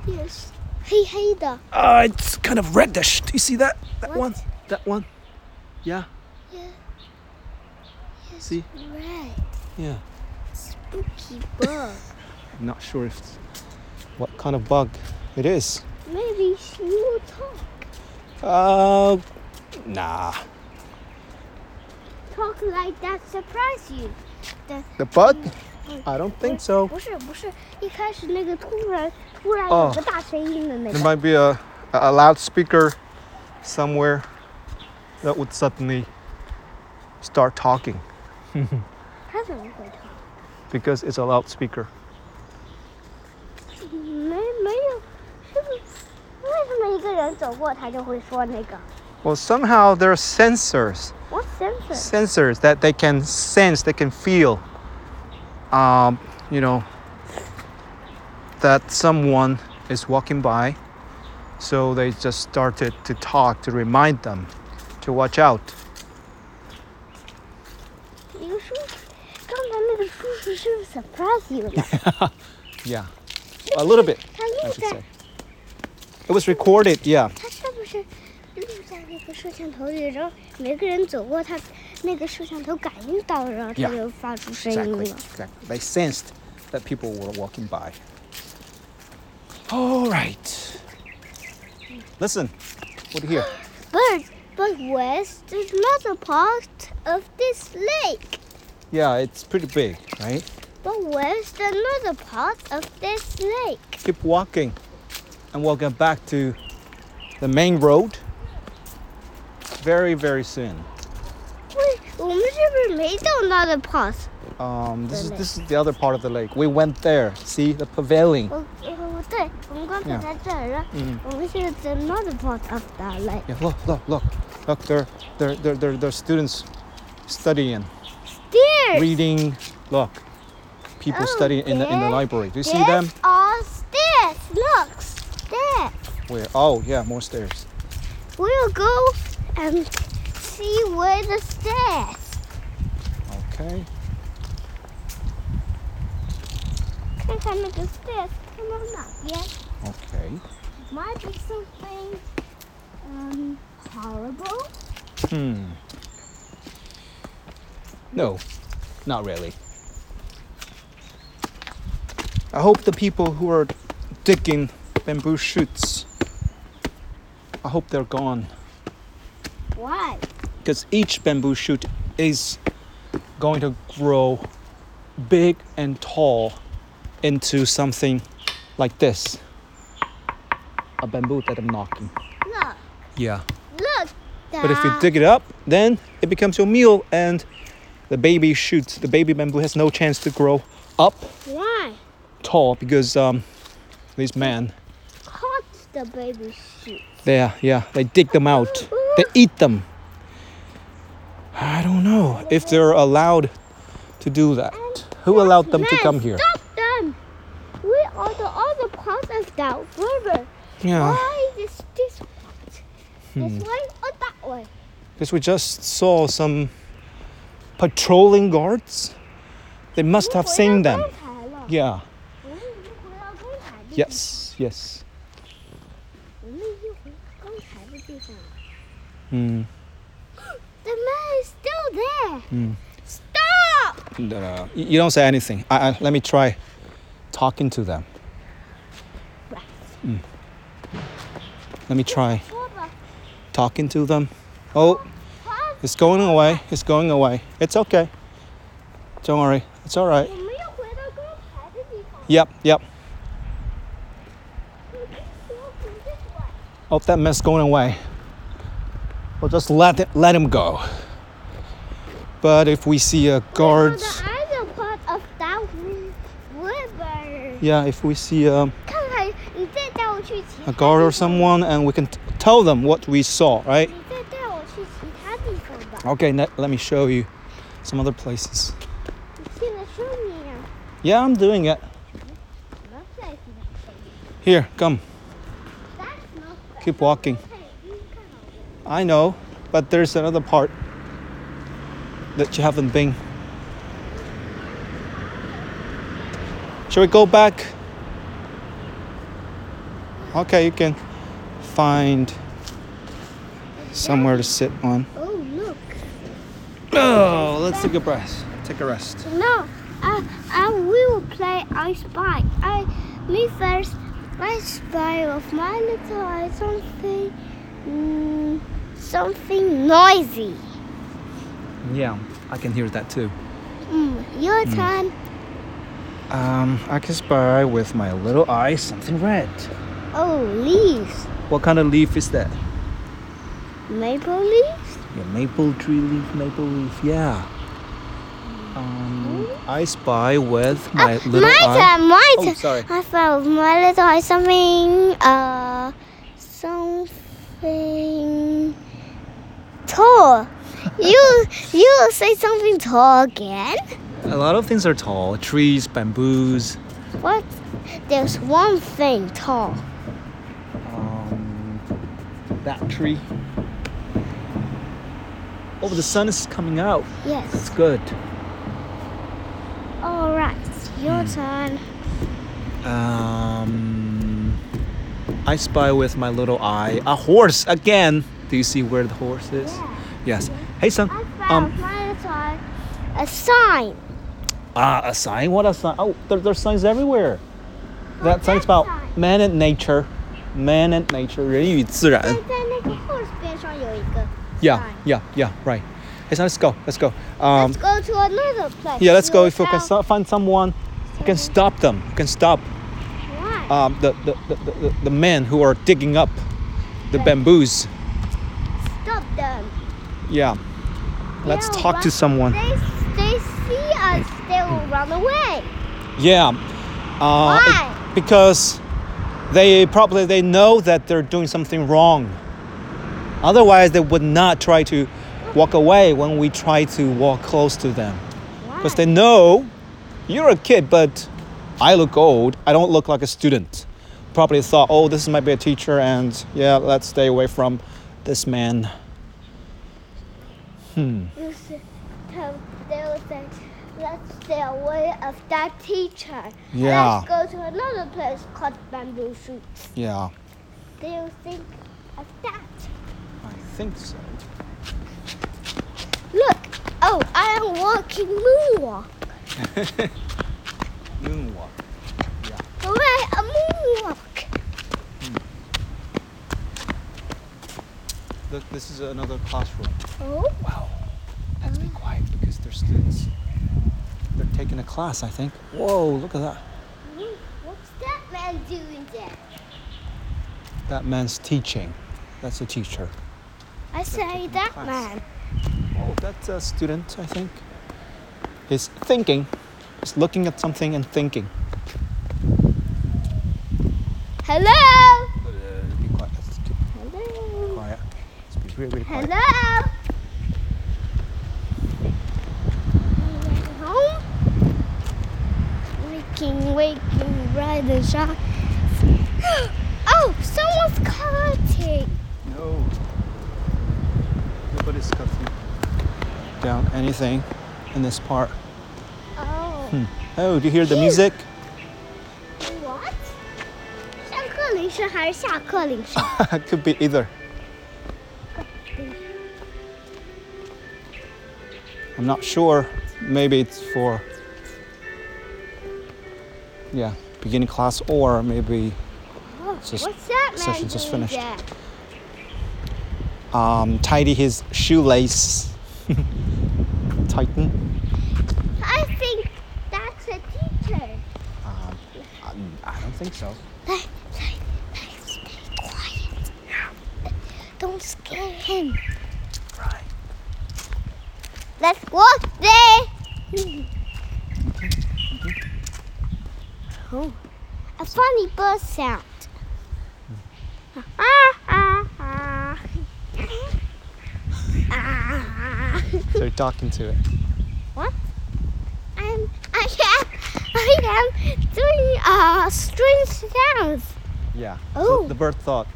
[SPEAKER 1] Yes. Hey, hey, there.
[SPEAKER 2] Uh, it's kind of reddish. Do you see that? That
[SPEAKER 1] What?
[SPEAKER 2] one? That one? Yeah,
[SPEAKER 1] Yeah. Yes,
[SPEAKER 2] See?
[SPEAKER 1] Red.
[SPEAKER 2] yeah.
[SPEAKER 1] Spooky bug.
[SPEAKER 2] I'm not sure if it's- what kind of bug it is.
[SPEAKER 1] Maybe she will talk.
[SPEAKER 2] Uh, nah.
[SPEAKER 1] Talk like that surprise you. The,
[SPEAKER 2] The bug? I don't think so.
[SPEAKER 1] 不是不是，一开始那个突然突然
[SPEAKER 2] 哦
[SPEAKER 1] 有个大声音的那
[SPEAKER 2] There
[SPEAKER 1] 个，
[SPEAKER 2] might be a, a loudspeaker somewhere that would suddenly start talking
[SPEAKER 1] 他怎么会唱？
[SPEAKER 2] because it's a loudspeaker.
[SPEAKER 1] 嗯没没有，是不是为什么一个人走过他就会说那个
[SPEAKER 2] Well, somehow there are sensors,
[SPEAKER 1] What sensor？
[SPEAKER 2] sensors that they can sense, they can feel, um, you know, that someone is walking by. So they just started to talk to remind them to watch out.
[SPEAKER 1] 一个叔，刚才那个叔叔是不是 surprise you？
[SPEAKER 2] Yeah, a little bit.
[SPEAKER 1] 他
[SPEAKER 2] I
[SPEAKER 1] 又
[SPEAKER 2] should
[SPEAKER 1] 在
[SPEAKER 2] say. It was recorded, yeah.
[SPEAKER 1] 他是不是录在那个摄像头里，然后每个人走过他那个摄像头感应到了，然后他
[SPEAKER 2] Yeah.
[SPEAKER 1] 就发出声音了。
[SPEAKER 2] exactly. They sensed that people were walking by. All right. Listen, what do you hear?
[SPEAKER 1] But but where's the another part of this lake?
[SPEAKER 2] Yeah, it's pretty big, right?
[SPEAKER 1] But where's the another part of this lake?
[SPEAKER 2] Keep walking, and we'll get back to the main road very, very soon.
[SPEAKER 1] 喂，我们是不是没到 another part？
[SPEAKER 2] Um, this is
[SPEAKER 1] The
[SPEAKER 2] this is the other part of the lake. We went there. See the pavilion.
[SPEAKER 1] 我我对，我们刚才
[SPEAKER 2] Yeah. Mm-hmm.
[SPEAKER 1] 在这儿了。
[SPEAKER 2] 嗯
[SPEAKER 1] 我们现在在 another part of the lake
[SPEAKER 2] Yeah, look, look, look, look. There, there, there, there, there are students studying.
[SPEAKER 1] Stairs.
[SPEAKER 2] reading. Look, people
[SPEAKER 1] Oh,
[SPEAKER 2] studying in the in the
[SPEAKER 1] there-
[SPEAKER 2] library. Do you see
[SPEAKER 1] There's
[SPEAKER 2] them?
[SPEAKER 1] all stairs. Look, stairs.
[SPEAKER 2] Where? Oh, yeah, more stairs.
[SPEAKER 1] We'll go and see where the stairs.
[SPEAKER 2] Okay.
[SPEAKER 1] 看看那个 stairs 通到哪边。
[SPEAKER 2] Okay.
[SPEAKER 1] Might be something um horrible.
[SPEAKER 2] Hmm. No, not really. I hope the people who are digging bamboo shoots. I hope they're gone
[SPEAKER 1] Why?
[SPEAKER 2] because each bamboo shoot is going to grow big and tall into something like this a bamboo that i'm knocking
[SPEAKER 1] Look,
[SPEAKER 2] yeah
[SPEAKER 1] look.
[SPEAKER 2] but if you
[SPEAKER 1] down.
[SPEAKER 2] dig it up then it becomes your meal and the baby shoots the baby bamboo has no chance to grow up
[SPEAKER 1] why?
[SPEAKER 2] tall because um these men
[SPEAKER 1] Caught the baby sheep.
[SPEAKER 2] There, yeah, they dig them out. They eat them. I don't know if they're allowed to do that. Who allowed them to
[SPEAKER 1] Man,
[SPEAKER 2] come here?
[SPEAKER 1] Stop them! We are the other part of that river.
[SPEAKER 2] Yeah,
[SPEAKER 1] Why is this part?
[SPEAKER 2] Hmm.
[SPEAKER 1] This way or that way?
[SPEAKER 2] because we just saw some patrolling guards. They must have seen them.
[SPEAKER 1] 我们回到刚才了。
[SPEAKER 2] Yeah.
[SPEAKER 1] 我们已经回到刚才的地方。
[SPEAKER 2] Yes. Yes.
[SPEAKER 1] 我们已经回到刚才的地方了。
[SPEAKER 2] Hmm.
[SPEAKER 1] The man is still there.
[SPEAKER 2] Hmm.
[SPEAKER 1] Stop!
[SPEAKER 2] No, no, no. uh, Y- You don't say anything. I, I, let me try talking to them. Hmm. Let me try talking to them. Oh, it's going away. It's going away. It's okay. Don't worry. It's all right.
[SPEAKER 1] 我们要回到刚才的地方。
[SPEAKER 2] Yep, yep.
[SPEAKER 1] 我跟你说，我们这拐
[SPEAKER 2] Hope that mess going away. We'll just let it, let him go. But if we see a
[SPEAKER 1] Or
[SPEAKER 2] guard,
[SPEAKER 1] the other part of that ri- river.
[SPEAKER 2] yeah, if we see a,
[SPEAKER 1] 看看，你再带我去其
[SPEAKER 2] a
[SPEAKER 1] 他
[SPEAKER 2] guard
[SPEAKER 1] 地方
[SPEAKER 2] or someone, and we can t- tell them what we saw, right?
[SPEAKER 1] 你再带我去其他地方吧。
[SPEAKER 2] Okay, let, let me show you some other places.
[SPEAKER 1] 你现在说你呀，
[SPEAKER 2] Yeah, I'm doing it.
[SPEAKER 1] 什么再
[SPEAKER 2] Here, come.
[SPEAKER 1] That's not
[SPEAKER 2] Keep walking.
[SPEAKER 1] 看已经看到了。
[SPEAKER 2] I know, but there's another part that you haven't been. Shall we go back? Okay, you can find somewhere to sit on.
[SPEAKER 1] Oh look.
[SPEAKER 2] Oh, let's take a breath. Take a rest.
[SPEAKER 1] No, I I will play I spy. I me first. I spy with my little eye something, mm, something noisy.
[SPEAKER 2] Yeah, I can hear that too.
[SPEAKER 1] Mm, your turn.
[SPEAKER 2] Um, I can spy with my little eye something red.
[SPEAKER 1] Oh, leaves.
[SPEAKER 2] What kind of leaf is that?
[SPEAKER 1] Maple leaves?
[SPEAKER 2] Yeah, maple tree leaf, maple leaf. Yeah. Um, I spy with my
[SPEAKER 1] Ah,
[SPEAKER 2] little
[SPEAKER 1] my
[SPEAKER 2] eye.
[SPEAKER 1] turn, my
[SPEAKER 2] Oh,
[SPEAKER 1] turn.
[SPEAKER 2] sorry.
[SPEAKER 1] I found with my little eye something, uh, something tall. you, you say something tall again?
[SPEAKER 2] A lot of things are tall. Trees, bamboos.
[SPEAKER 1] What? There's one thing tall.
[SPEAKER 2] Um, that tree. Oh, the sun is coming out. It's
[SPEAKER 1] Yes.
[SPEAKER 2] good.
[SPEAKER 1] All right,
[SPEAKER 2] Hmm.
[SPEAKER 1] your turn.
[SPEAKER 2] Um, I spy with my little eye a horse again. Do you see where the horse is?
[SPEAKER 1] Yeah.
[SPEAKER 2] Yes. Hey, son.
[SPEAKER 1] I found
[SPEAKER 2] Um,
[SPEAKER 1] with my little eye a sign.
[SPEAKER 2] Ah, a sign? What a sign? Oh, there, there's signs everywhere. That sign's about
[SPEAKER 1] that sign.
[SPEAKER 2] man and nature. Man and nature. 人与自然.
[SPEAKER 1] 在那个 horse 边上有一个
[SPEAKER 2] Yeah,
[SPEAKER 1] sign.
[SPEAKER 2] yeah, yeah, right. Hey, son, let's go. Let's go. Um,
[SPEAKER 1] Let's go to another place.
[SPEAKER 2] yeah, let's go. If we
[SPEAKER 1] We'll
[SPEAKER 2] can
[SPEAKER 1] tell
[SPEAKER 2] so- find someone, we can stop them. We can stop
[SPEAKER 1] why.
[SPEAKER 2] um, the, the, the, the, the men who are digging up the bamboos.
[SPEAKER 1] Stop them.
[SPEAKER 2] Yeah. Let's
[SPEAKER 1] They'll
[SPEAKER 2] talk to
[SPEAKER 1] run-
[SPEAKER 2] someone.
[SPEAKER 1] They, they see us, they will run away.
[SPEAKER 2] Yeah. Uh, it-
[SPEAKER 1] Why?
[SPEAKER 2] because they probably they know that they're doing something wrong. Otherwise, they would not try to walk away when we try to walk close to them. Because they know you're a kid, but I look old. I don't look like a student. Probably thought, oh, this might be a teacher, and yeah, let's stay away from this man.
[SPEAKER 1] You see, tell- they will say, let's stay away of that teacher.
[SPEAKER 2] Yeah.
[SPEAKER 1] Let's go to another place called bamboo shoots.
[SPEAKER 2] Yeah,
[SPEAKER 1] They will think of that.
[SPEAKER 2] I think so.
[SPEAKER 1] Look, oh, I am walking moonwalk.
[SPEAKER 2] Moonwalk.
[SPEAKER 1] Hooray, a moonwalk.
[SPEAKER 2] Look, this is another classroom.
[SPEAKER 1] Oh,
[SPEAKER 2] Wow. Let's be quiet because they're students. They're taking a class, I think. Whoa, look at that.
[SPEAKER 1] what's that man doing there?
[SPEAKER 2] That man's teaching. That's a teacher.
[SPEAKER 1] I say
[SPEAKER 2] taking
[SPEAKER 1] that
[SPEAKER 2] class.
[SPEAKER 1] man.
[SPEAKER 2] Oh, that's a student, I think. He's thinking. He's looking at something and thinking.
[SPEAKER 1] Hello?
[SPEAKER 2] Uh, be quiet. Let's keep
[SPEAKER 1] Hello?
[SPEAKER 2] quiet. Let's be really, really quiet.
[SPEAKER 1] Hello? Home? Waking, waking, bright and shine. Oh, someone's cutting.
[SPEAKER 2] No. Nobody's cutting down anything in this part.
[SPEAKER 1] Oh,
[SPEAKER 2] Oh, do you hear the
[SPEAKER 1] Phew.
[SPEAKER 2] music?
[SPEAKER 1] what? 上课铃声还是下课铃
[SPEAKER 2] Ah,
[SPEAKER 1] 声？
[SPEAKER 2] Could be either. I'm not sure. Maybe it's for yeah, beginning class or maybe
[SPEAKER 1] Oh,
[SPEAKER 2] Just-
[SPEAKER 1] what's that man Oh,
[SPEAKER 2] session's just
[SPEAKER 1] doing
[SPEAKER 2] finished.
[SPEAKER 1] there?
[SPEAKER 2] um, tidy his shoelace. Tighten.
[SPEAKER 1] I think that's a teacher.
[SPEAKER 2] Um, I, I don't think so.
[SPEAKER 1] Like, like, like, stay quiet. Don't scare him.
[SPEAKER 2] Right.
[SPEAKER 1] Let's walk there. Oh, a funny bird sound. Ah, ah, ah. Ah.
[SPEAKER 2] So you're talking to it.
[SPEAKER 1] I'm, I am, I am doing uh, strange sounds.
[SPEAKER 2] Yeah.
[SPEAKER 1] Oh.
[SPEAKER 2] So the bird thought,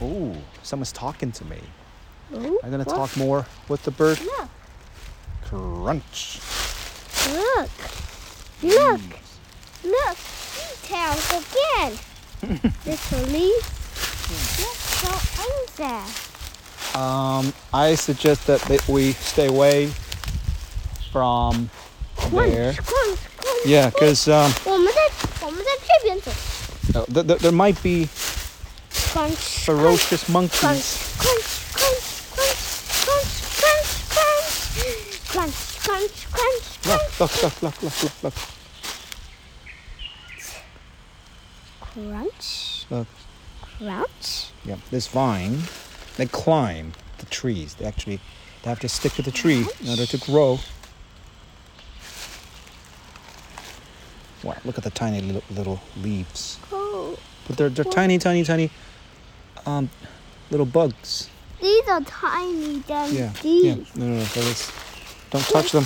[SPEAKER 2] "Oh, someone's talking to me.
[SPEAKER 1] Oh,
[SPEAKER 2] I'm gonna
[SPEAKER 1] what?
[SPEAKER 2] talk more with the bird."
[SPEAKER 1] Look,
[SPEAKER 2] Crunch.
[SPEAKER 1] look, look,
[SPEAKER 2] Hmm.
[SPEAKER 1] look. Details again. Little leaf. Let's go in there.
[SPEAKER 2] Um, I suggest that, that we stay away from there.
[SPEAKER 1] Crunch, crunch, crunch.
[SPEAKER 2] Yeah, because um,
[SPEAKER 1] 我们在我们在这边走。
[SPEAKER 2] uh, th- th- there might be
[SPEAKER 1] Crunch, crunch,
[SPEAKER 2] ferocious monkeys.
[SPEAKER 1] crunch, crunch, crunch, crunch, crunch, crunch, crunch, crunch, crunch, crunch.
[SPEAKER 2] Look, look, look, look, look, look, look.
[SPEAKER 1] Crunch,
[SPEAKER 2] Look.
[SPEAKER 1] crunch.
[SPEAKER 2] Yeah, this vine, they climb the trees. They actually they have to stick to the tree in order to grow. Wow, look at the tiny little, little leaves.
[SPEAKER 1] Oh,
[SPEAKER 2] But they're, they're tiny, tiny, tiny um, little bugs.
[SPEAKER 1] these are tiny than
[SPEAKER 2] Yeah. Yeah.
[SPEAKER 1] these.
[SPEAKER 2] No, no, no. so let's- don't touch them.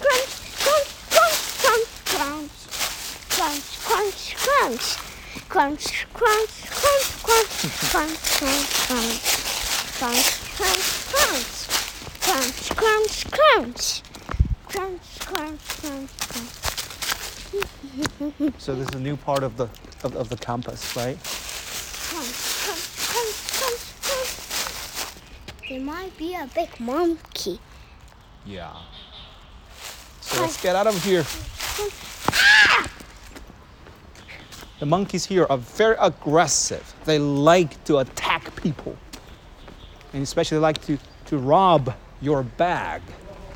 [SPEAKER 1] Crunch, crunch, crunch, crunch, crunch, crunch, crunch, crunch, crunch, crunch, crunch, crunch, crunch, crunch, crunch, crunch, crunch, crunch, crunch, crunch, crunch, crunch, crunch, crunch, crunch.
[SPEAKER 2] So this is a new part of the of, of the campus, right?
[SPEAKER 1] crunch, crunch, crunch, crunch, crunch. There might be a big monkey.
[SPEAKER 2] Yeah. So let's get out of here. The monkeys here are very aggressive. They like to attack people. And especially like to, to rob your bag.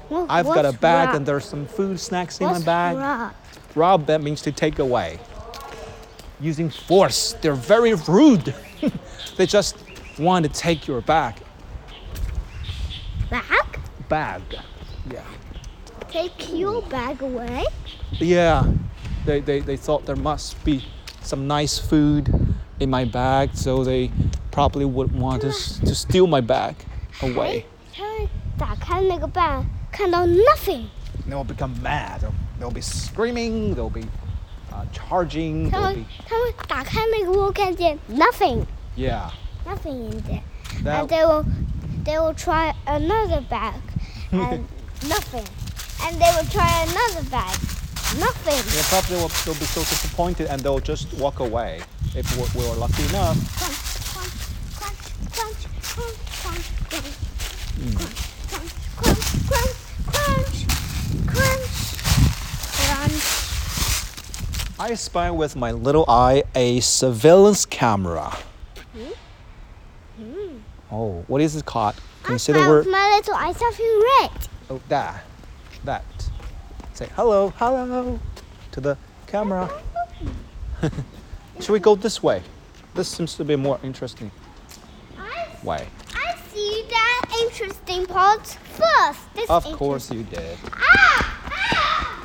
[SPEAKER 1] Wha-
[SPEAKER 2] I've got a
[SPEAKER 1] what's
[SPEAKER 2] bag
[SPEAKER 1] wrong?
[SPEAKER 2] and there's some food snacks in
[SPEAKER 1] what's
[SPEAKER 2] my bag.
[SPEAKER 1] wrong?
[SPEAKER 2] Rob, that means to take away. Using force, they're very rude. they just want to take your bag.
[SPEAKER 1] Bag?
[SPEAKER 2] Bag. Yeah.
[SPEAKER 1] Take your bag away.
[SPEAKER 2] Yeah. They, they, they thought there must be some nice food in my bag, so they probably would want us to steal my bag away.
[SPEAKER 1] 他们打开那个 bag，看到 nothing，
[SPEAKER 2] They'll become mad. They'll, they'll be screaming, they'll be uh, charging,
[SPEAKER 1] 他
[SPEAKER 2] they'll
[SPEAKER 1] 们
[SPEAKER 2] be.
[SPEAKER 1] 他们打开那个 wall，看见 nothing，nothing
[SPEAKER 2] Yeah.
[SPEAKER 1] in there，and
[SPEAKER 2] That,
[SPEAKER 1] they will they will try another bag and nothing，and they will try another bag nothing。
[SPEAKER 2] They probably will, they'll be so disappointed and they'll just walk away if we- we were lucky enough.
[SPEAKER 1] Crunch, crunch, crunch, crunch, crunch, crunch, crunch. Crunch, crunch, crunch, crunch, crunch, crunch.
[SPEAKER 2] I spy with my little eye a surveillance camera. Oh, what is it called?
[SPEAKER 1] I
[SPEAKER 2] Can you say the
[SPEAKER 1] found
[SPEAKER 2] word?
[SPEAKER 1] my little eye something red.
[SPEAKER 2] Oh, that. That. Say hello, hello to the camera. Should we go this way? This seems to be a more interesting
[SPEAKER 1] I
[SPEAKER 2] way.
[SPEAKER 1] I see that interesting part first. This
[SPEAKER 2] Of
[SPEAKER 1] interest-
[SPEAKER 2] course you did.
[SPEAKER 1] Ah! Ah!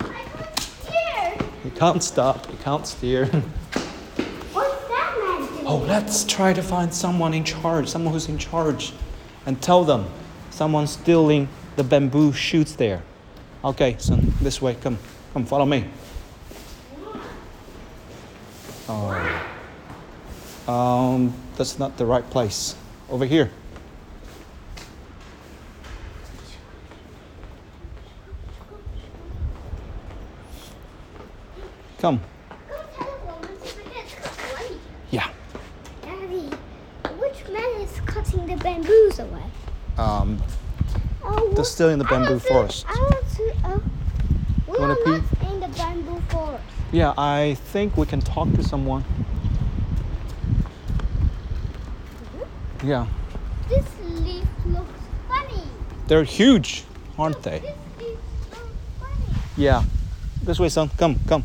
[SPEAKER 1] I got scared.
[SPEAKER 2] You can't stop, you can't steer.
[SPEAKER 1] What's that man doing?
[SPEAKER 2] Oh, let's try to find someone in charge, someone who's in charge, and tell them someone stealing the bamboo shoots there. Okay, son, this way, come, come, follow me. Oh, um, that's not the right place. Over here. Come.
[SPEAKER 1] 刚才我们是不是在厕所里
[SPEAKER 2] Yeah.
[SPEAKER 1] Daddy, which man is cutting the bamboos away?
[SPEAKER 2] Um,
[SPEAKER 1] Oh,
[SPEAKER 2] They're
[SPEAKER 1] what-
[SPEAKER 2] still in the
[SPEAKER 1] I
[SPEAKER 2] bamboo
[SPEAKER 1] want to-
[SPEAKER 2] forest.
[SPEAKER 1] I want to. Oh, we
[SPEAKER 2] Wanna
[SPEAKER 1] are
[SPEAKER 2] pee?
[SPEAKER 1] not in the bamboo forest.
[SPEAKER 2] Yeah, I think we can talk to someone. Yeah.
[SPEAKER 1] This
[SPEAKER 2] They're huge, aren't they? Yeah. This way, son. Come, come.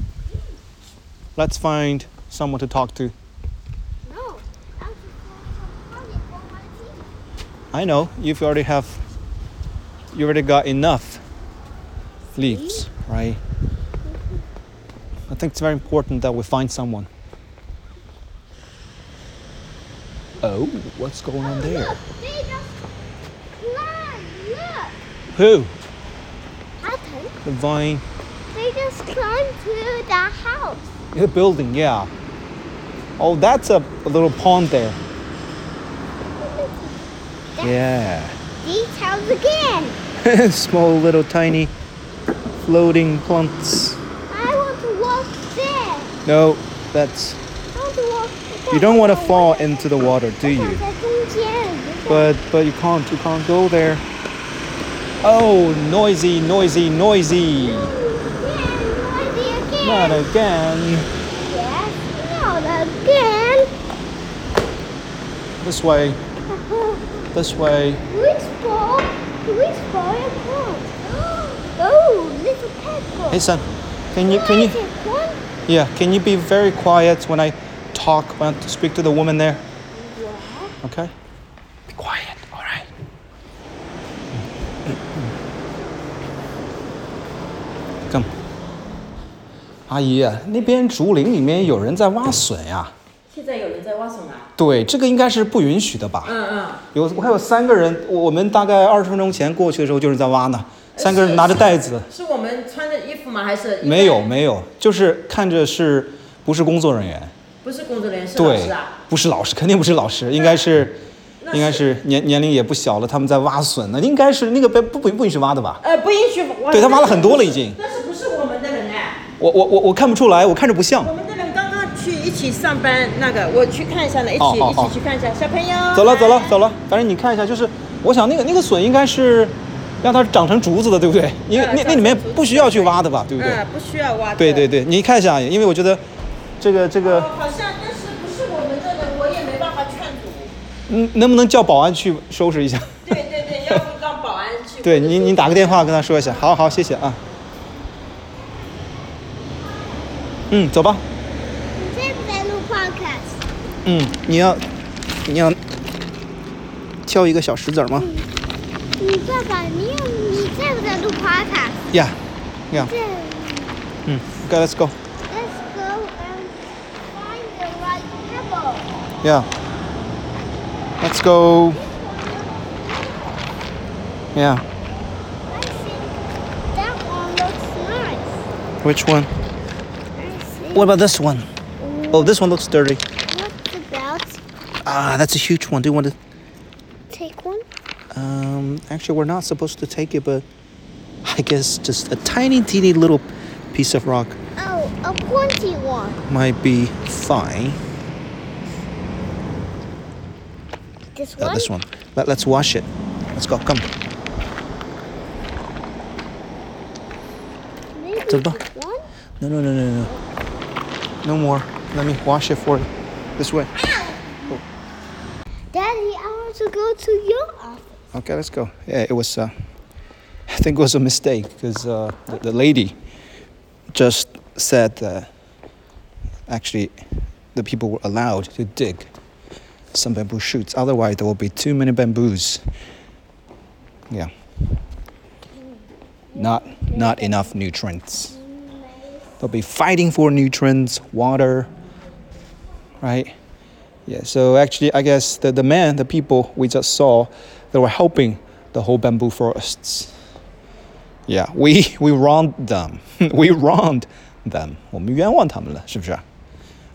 [SPEAKER 2] Let's find someone to talk to.
[SPEAKER 1] No. I have to find some money for my teeth.
[SPEAKER 2] I know you've already have. You already got enough leaves, right? I think it's very important that we find someone. Oh, what's going on there?
[SPEAKER 1] Look, they just climb. Look.
[SPEAKER 2] Who?
[SPEAKER 1] Happen.
[SPEAKER 2] The vine.
[SPEAKER 1] They just climbed to the house.
[SPEAKER 2] The building, yeah. Oh, that's a, a little pond there. Yeah.
[SPEAKER 1] These house again.
[SPEAKER 2] Small, little, tiny floating plants.
[SPEAKER 1] I want to walk there.
[SPEAKER 2] No, that's.
[SPEAKER 1] I want to walk
[SPEAKER 2] You don't want to fall into the water, do you?
[SPEAKER 1] 我想在中间。
[SPEAKER 2] But but you can't. You can't go there. Oh, noisy, noisy, noisy!
[SPEAKER 1] Yeah, again.
[SPEAKER 2] Not again.
[SPEAKER 1] Yes, not again.
[SPEAKER 2] This way. This way.
[SPEAKER 1] Which ball? Which ball is wrong? Oh, little pebble.
[SPEAKER 2] Hey, son. Can you can you?
[SPEAKER 1] One
[SPEAKER 2] Yeah. Can you be very quiet when I talk? When I speak to the woman there. Okay. Be quiet. All right. Come. 阿姨啊，那边竹林里面有人在挖笋呀、
[SPEAKER 4] 现在有人在挖笋啊？
[SPEAKER 2] 对，这个应该是不允许的吧？
[SPEAKER 4] 嗯嗯，
[SPEAKER 2] 有，我还有三个人，我我们大概二十分钟前过去的时候就是在挖呢，三个人拿着袋子，
[SPEAKER 4] 是我们穿的衣服吗？还是
[SPEAKER 2] 没有？没有，就是看着是不是工作人员？
[SPEAKER 4] 不是工作人员，是老
[SPEAKER 2] 对
[SPEAKER 4] 师啊。，
[SPEAKER 2] 不是老师，肯定不是老师，应该是，
[SPEAKER 4] 那
[SPEAKER 2] 应该是年年龄也不小了，他们在挖笋呢，应该是那个不不不不允许挖的吧？
[SPEAKER 4] 呃，不允许挖。
[SPEAKER 2] 对他挖了很多了已经
[SPEAKER 4] 但是不是我们的人哎？
[SPEAKER 2] 我我我我看不出来，我看着不像
[SPEAKER 4] 我。们的人刚刚去一起上班，那个我去看一下了，一起、
[SPEAKER 2] 哦哦哦
[SPEAKER 4] 一起去看一下小朋友。
[SPEAKER 2] 走了走了走了，反正你看一下，就是我想那个那个笋应该是让它长成竹子的，对不对？因为
[SPEAKER 4] 呃
[SPEAKER 2] 那
[SPEAKER 4] 长
[SPEAKER 2] 那里面
[SPEAKER 4] 成竹子
[SPEAKER 2] 不需要去挖的吧，对不对？
[SPEAKER 4] 嗯，不需要挖的。
[SPEAKER 2] 对对对，你看一下，因为我觉得这个这
[SPEAKER 4] 哦
[SPEAKER 2] 个，
[SPEAKER 4] 好像但是不是我们的人，我也没办法劝阻。
[SPEAKER 2] 嗯，能不能叫保安去收拾一下？
[SPEAKER 4] 对对对，要不让保安去。
[SPEAKER 2] 对你，你打个电话跟他说一下。好好，谢谢啊。嗯，走吧。
[SPEAKER 1] This little podcast.
[SPEAKER 2] 嗯，你要你要挑一个小石子儿吗？
[SPEAKER 1] 你爸爸，你有你在不在录 podcast？
[SPEAKER 2] 呀呀，
[SPEAKER 1] 对。
[SPEAKER 2] 嗯，OK，let's Mm. go。
[SPEAKER 1] Let's go and find the right pebble.
[SPEAKER 2] Yeah. Let's go. Yeah.
[SPEAKER 1] I think that one looks nice.
[SPEAKER 2] Which one?
[SPEAKER 1] I see.
[SPEAKER 2] What about this one? Oh, this one looks dirty.
[SPEAKER 1] What about
[SPEAKER 2] Ah, that's a huge one. Do you want to?
[SPEAKER 1] take one?
[SPEAKER 2] Um, actually, we're not supposed to take it, but I guess just a tiny, teeny little piece of rock
[SPEAKER 1] Oh, a pointy one.
[SPEAKER 2] might be fine.
[SPEAKER 1] This one.
[SPEAKER 2] Uh, this one. Let, let's wash it. Let's go. Come.
[SPEAKER 1] Maybe
[SPEAKER 2] This one.
[SPEAKER 1] this one.
[SPEAKER 2] No, no, no, no, no. No more. Let me wash it for you. This way.
[SPEAKER 1] Daddy, I want to go to your office.
[SPEAKER 2] Okay, let's go. Yeah, it was. Uh, I think it was a mistake because uh, the, the lady just said that actually the people were allowed to dig some bamboo shoots. Otherwise, there will be too many bamboos. Yeah. Not not enough nutrients. They'll be fighting for nutrients, water, right? Yeah, so actually, I guess the, the men, the people we just saw, they were helping the whole bamboo forests. Yeah, we we wronged them. we wronged them. 我们冤枉他们了，是不是？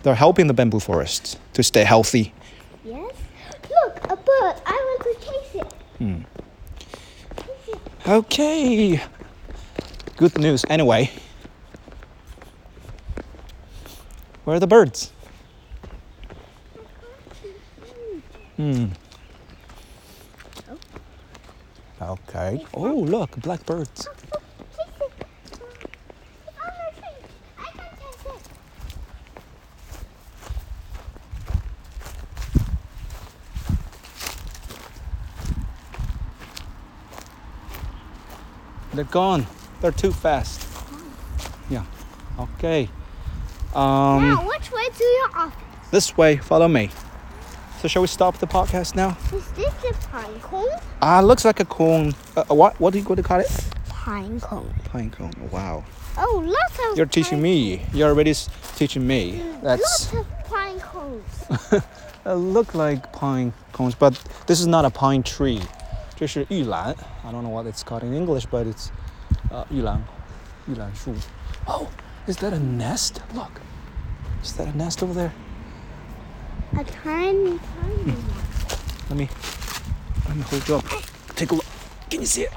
[SPEAKER 2] They're helping the bamboo forests to stay healthy.
[SPEAKER 1] Yes. Look, a bird. I want to chase it.
[SPEAKER 2] Okay. Good news. Anyway, where are the birds? Hmm. Okay. Oh, look, blackbirds.
[SPEAKER 1] Chase it. On the tree. I can chase it.
[SPEAKER 2] They're gone. They're too fast. Yeah. Okay. Um,
[SPEAKER 1] now, which way to your office?
[SPEAKER 2] this way. Follow me. So shall we stop the podcast now?
[SPEAKER 1] Is this a pine cone?
[SPEAKER 2] Ah, looks like a cone. Uh, a what? What do you what do you call it?
[SPEAKER 1] Pine cone.
[SPEAKER 2] Pine cone. Wow.
[SPEAKER 1] Oh, lots of.
[SPEAKER 2] You're teaching
[SPEAKER 1] pine-
[SPEAKER 2] me. You're already s- teaching me. That's
[SPEAKER 1] Lots of pine cones.
[SPEAKER 2] uh, look like pine cones, but this is not a pine tree. 这是玉兰. I don't know what it's called in English, but it's uh, 玉兰.玉兰树. Oh, is that a nest? Look. Is that a nest over there?
[SPEAKER 1] A tiny, tiny one.
[SPEAKER 2] Let me let me hold you up. Take a look. Can you see it?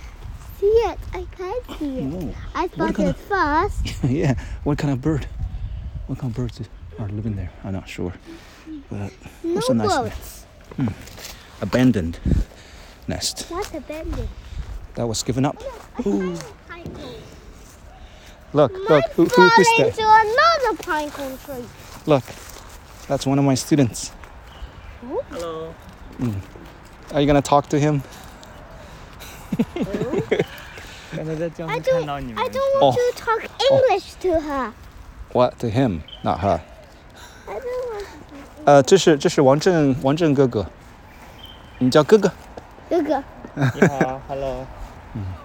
[SPEAKER 1] See it? I can see it.
[SPEAKER 2] Whoa.
[SPEAKER 1] I spotted
[SPEAKER 2] kind
[SPEAKER 1] it first.
[SPEAKER 2] yeah. What kind of bird? What kind of birds are living there? I'm not sure. But
[SPEAKER 1] No
[SPEAKER 2] it's a nice
[SPEAKER 1] boat.
[SPEAKER 2] nest. Hmm. Abandoned nest.
[SPEAKER 1] What's a bending?
[SPEAKER 2] That was given up.
[SPEAKER 1] A tiny pine cone.
[SPEAKER 2] Look,
[SPEAKER 1] Mine
[SPEAKER 2] look, who, who
[SPEAKER 1] fell
[SPEAKER 2] is that?
[SPEAKER 1] into another pine cone tree.
[SPEAKER 2] Look, that's one of my students. Hmm.
[SPEAKER 4] Hello.
[SPEAKER 2] Are you gonna talk to him?
[SPEAKER 5] 刚才在江
[SPEAKER 1] I
[SPEAKER 5] 苏看
[SPEAKER 1] don't,
[SPEAKER 5] 到你们
[SPEAKER 1] I，don't want
[SPEAKER 2] Oh.
[SPEAKER 1] to talk English to her.
[SPEAKER 2] What to him? Not her.
[SPEAKER 1] I don't want.
[SPEAKER 2] 呃，这是这是王震王震哥哥，你叫哥哥。
[SPEAKER 1] 哥哥，
[SPEAKER 5] 你好，Hello，
[SPEAKER 2] 啊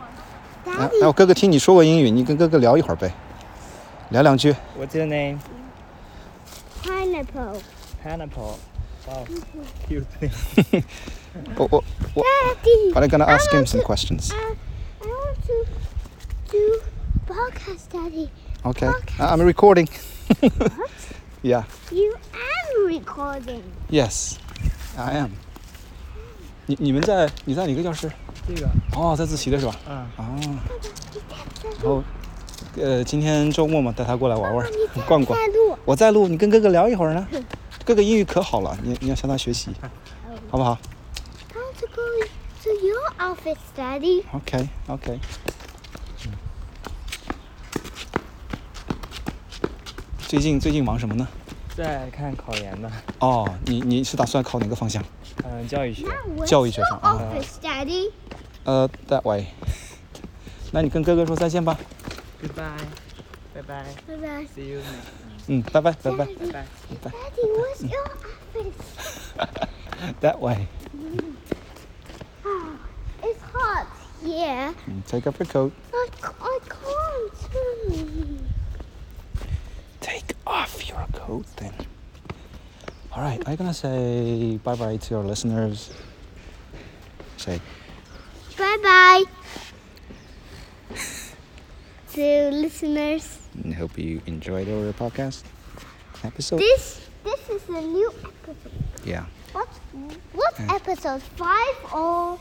[SPEAKER 1] Daddy，
[SPEAKER 2] 哎，我哥哥听你说过英语，你跟哥哥聊一会儿呗，聊两 句。
[SPEAKER 5] What's your name?
[SPEAKER 1] pineapple.
[SPEAKER 5] Pineapple. 哦 Wow, cute.
[SPEAKER 2] 我我我
[SPEAKER 1] Daddy,
[SPEAKER 2] Oh, but I'm gonna ask
[SPEAKER 1] I
[SPEAKER 2] him
[SPEAKER 1] want
[SPEAKER 2] some
[SPEAKER 1] to-
[SPEAKER 2] questions.
[SPEAKER 1] I, I want to do podcast, Daddy.
[SPEAKER 2] Okay, I'm recording. yeah.
[SPEAKER 1] You am recording.
[SPEAKER 2] Yes, I am. 你你们在你在哪个教室？
[SPEAKER 5] 这个，
[SPEAKER 2] 哦，在自习的是吧？
[SPEAKER 5] 嗯，
[SPEAKER 2] 哦，然后，呃，今天周末嘛，带他过来玩玩，逛逛。
[SPEAKER 1] 啊在录，
[SPEAKER 2] 我在录，你跟哥哥聊一会儿呢。哥哥英语可好了，你你要向他学习，
[SPEAKER 5] 嗯
[SPEAKER 2] 好不好
[SPEAKER 1] I want to go to your office, Daddy.
[SPEAKER 5] 嗯
[SPEAKER 2] ？OK OK。最近最近忙什么呢？
[SPEAKER 5] 在看考研的，
[SPEAKER 2] 哦，你你是打算考哪个方向？
[SPEAKER 5] 嗯，教育学，
[SPEAKER 1] Now
[SPEAKER 2] 教育
[SPEAKER 1] where's
[SPEAKER 2] 学
[SPEAKER 1] your
[SPEAKER 2] 生啊。
[SPEAKER 1] office, Daddy?
[SPEAKER 2] 呃，That way。那你跟哥哥说再见吧。
[SPEAKER 5] Goodbye，拜拜
[SPEAKER 1] Bye bye.
[SPEAKER 5] ，See you next。
[SPEAKER 2] 嗯，拜拜拜拜
[SPEAKER 1] Daddy,
[SPEAKER 5] Bye.
[SPEAKER 1] Daddy, where's your office?
[SPEAKER 2] ，That way。
[SPEAKER 1] Oh, it's hot here.
[SPEAKER 2] 嗯，Take Mm, up your coat。
[SPEAKER 1] I, c- I can't. hmm.
[SPEAKER 2] take off your coat then. All right, I'm gonna say bye bye to our listeners. Say
[SPEAKER 1] Bye bye. to listeners,
[SPEAKER 2] and hope you enjoyed our podcast episode.
[SPEAKER 1] this this is a new episode.
[SPEAKER 2] Yeah,
[SPEAKER 1] What what episode? Five or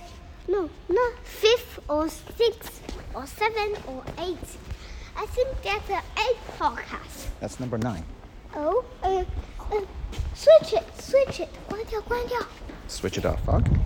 [SPEAKER 1] no no fifth or sixth or seven or eight? I think that's an eight podcast.
[SPEAKER 2] that's number nine.
[SPEAKER 1] Oh, uh, uh, switch it, switch it. 关掉，关掉。
[SPEAKER 2] Switch it off. Okay.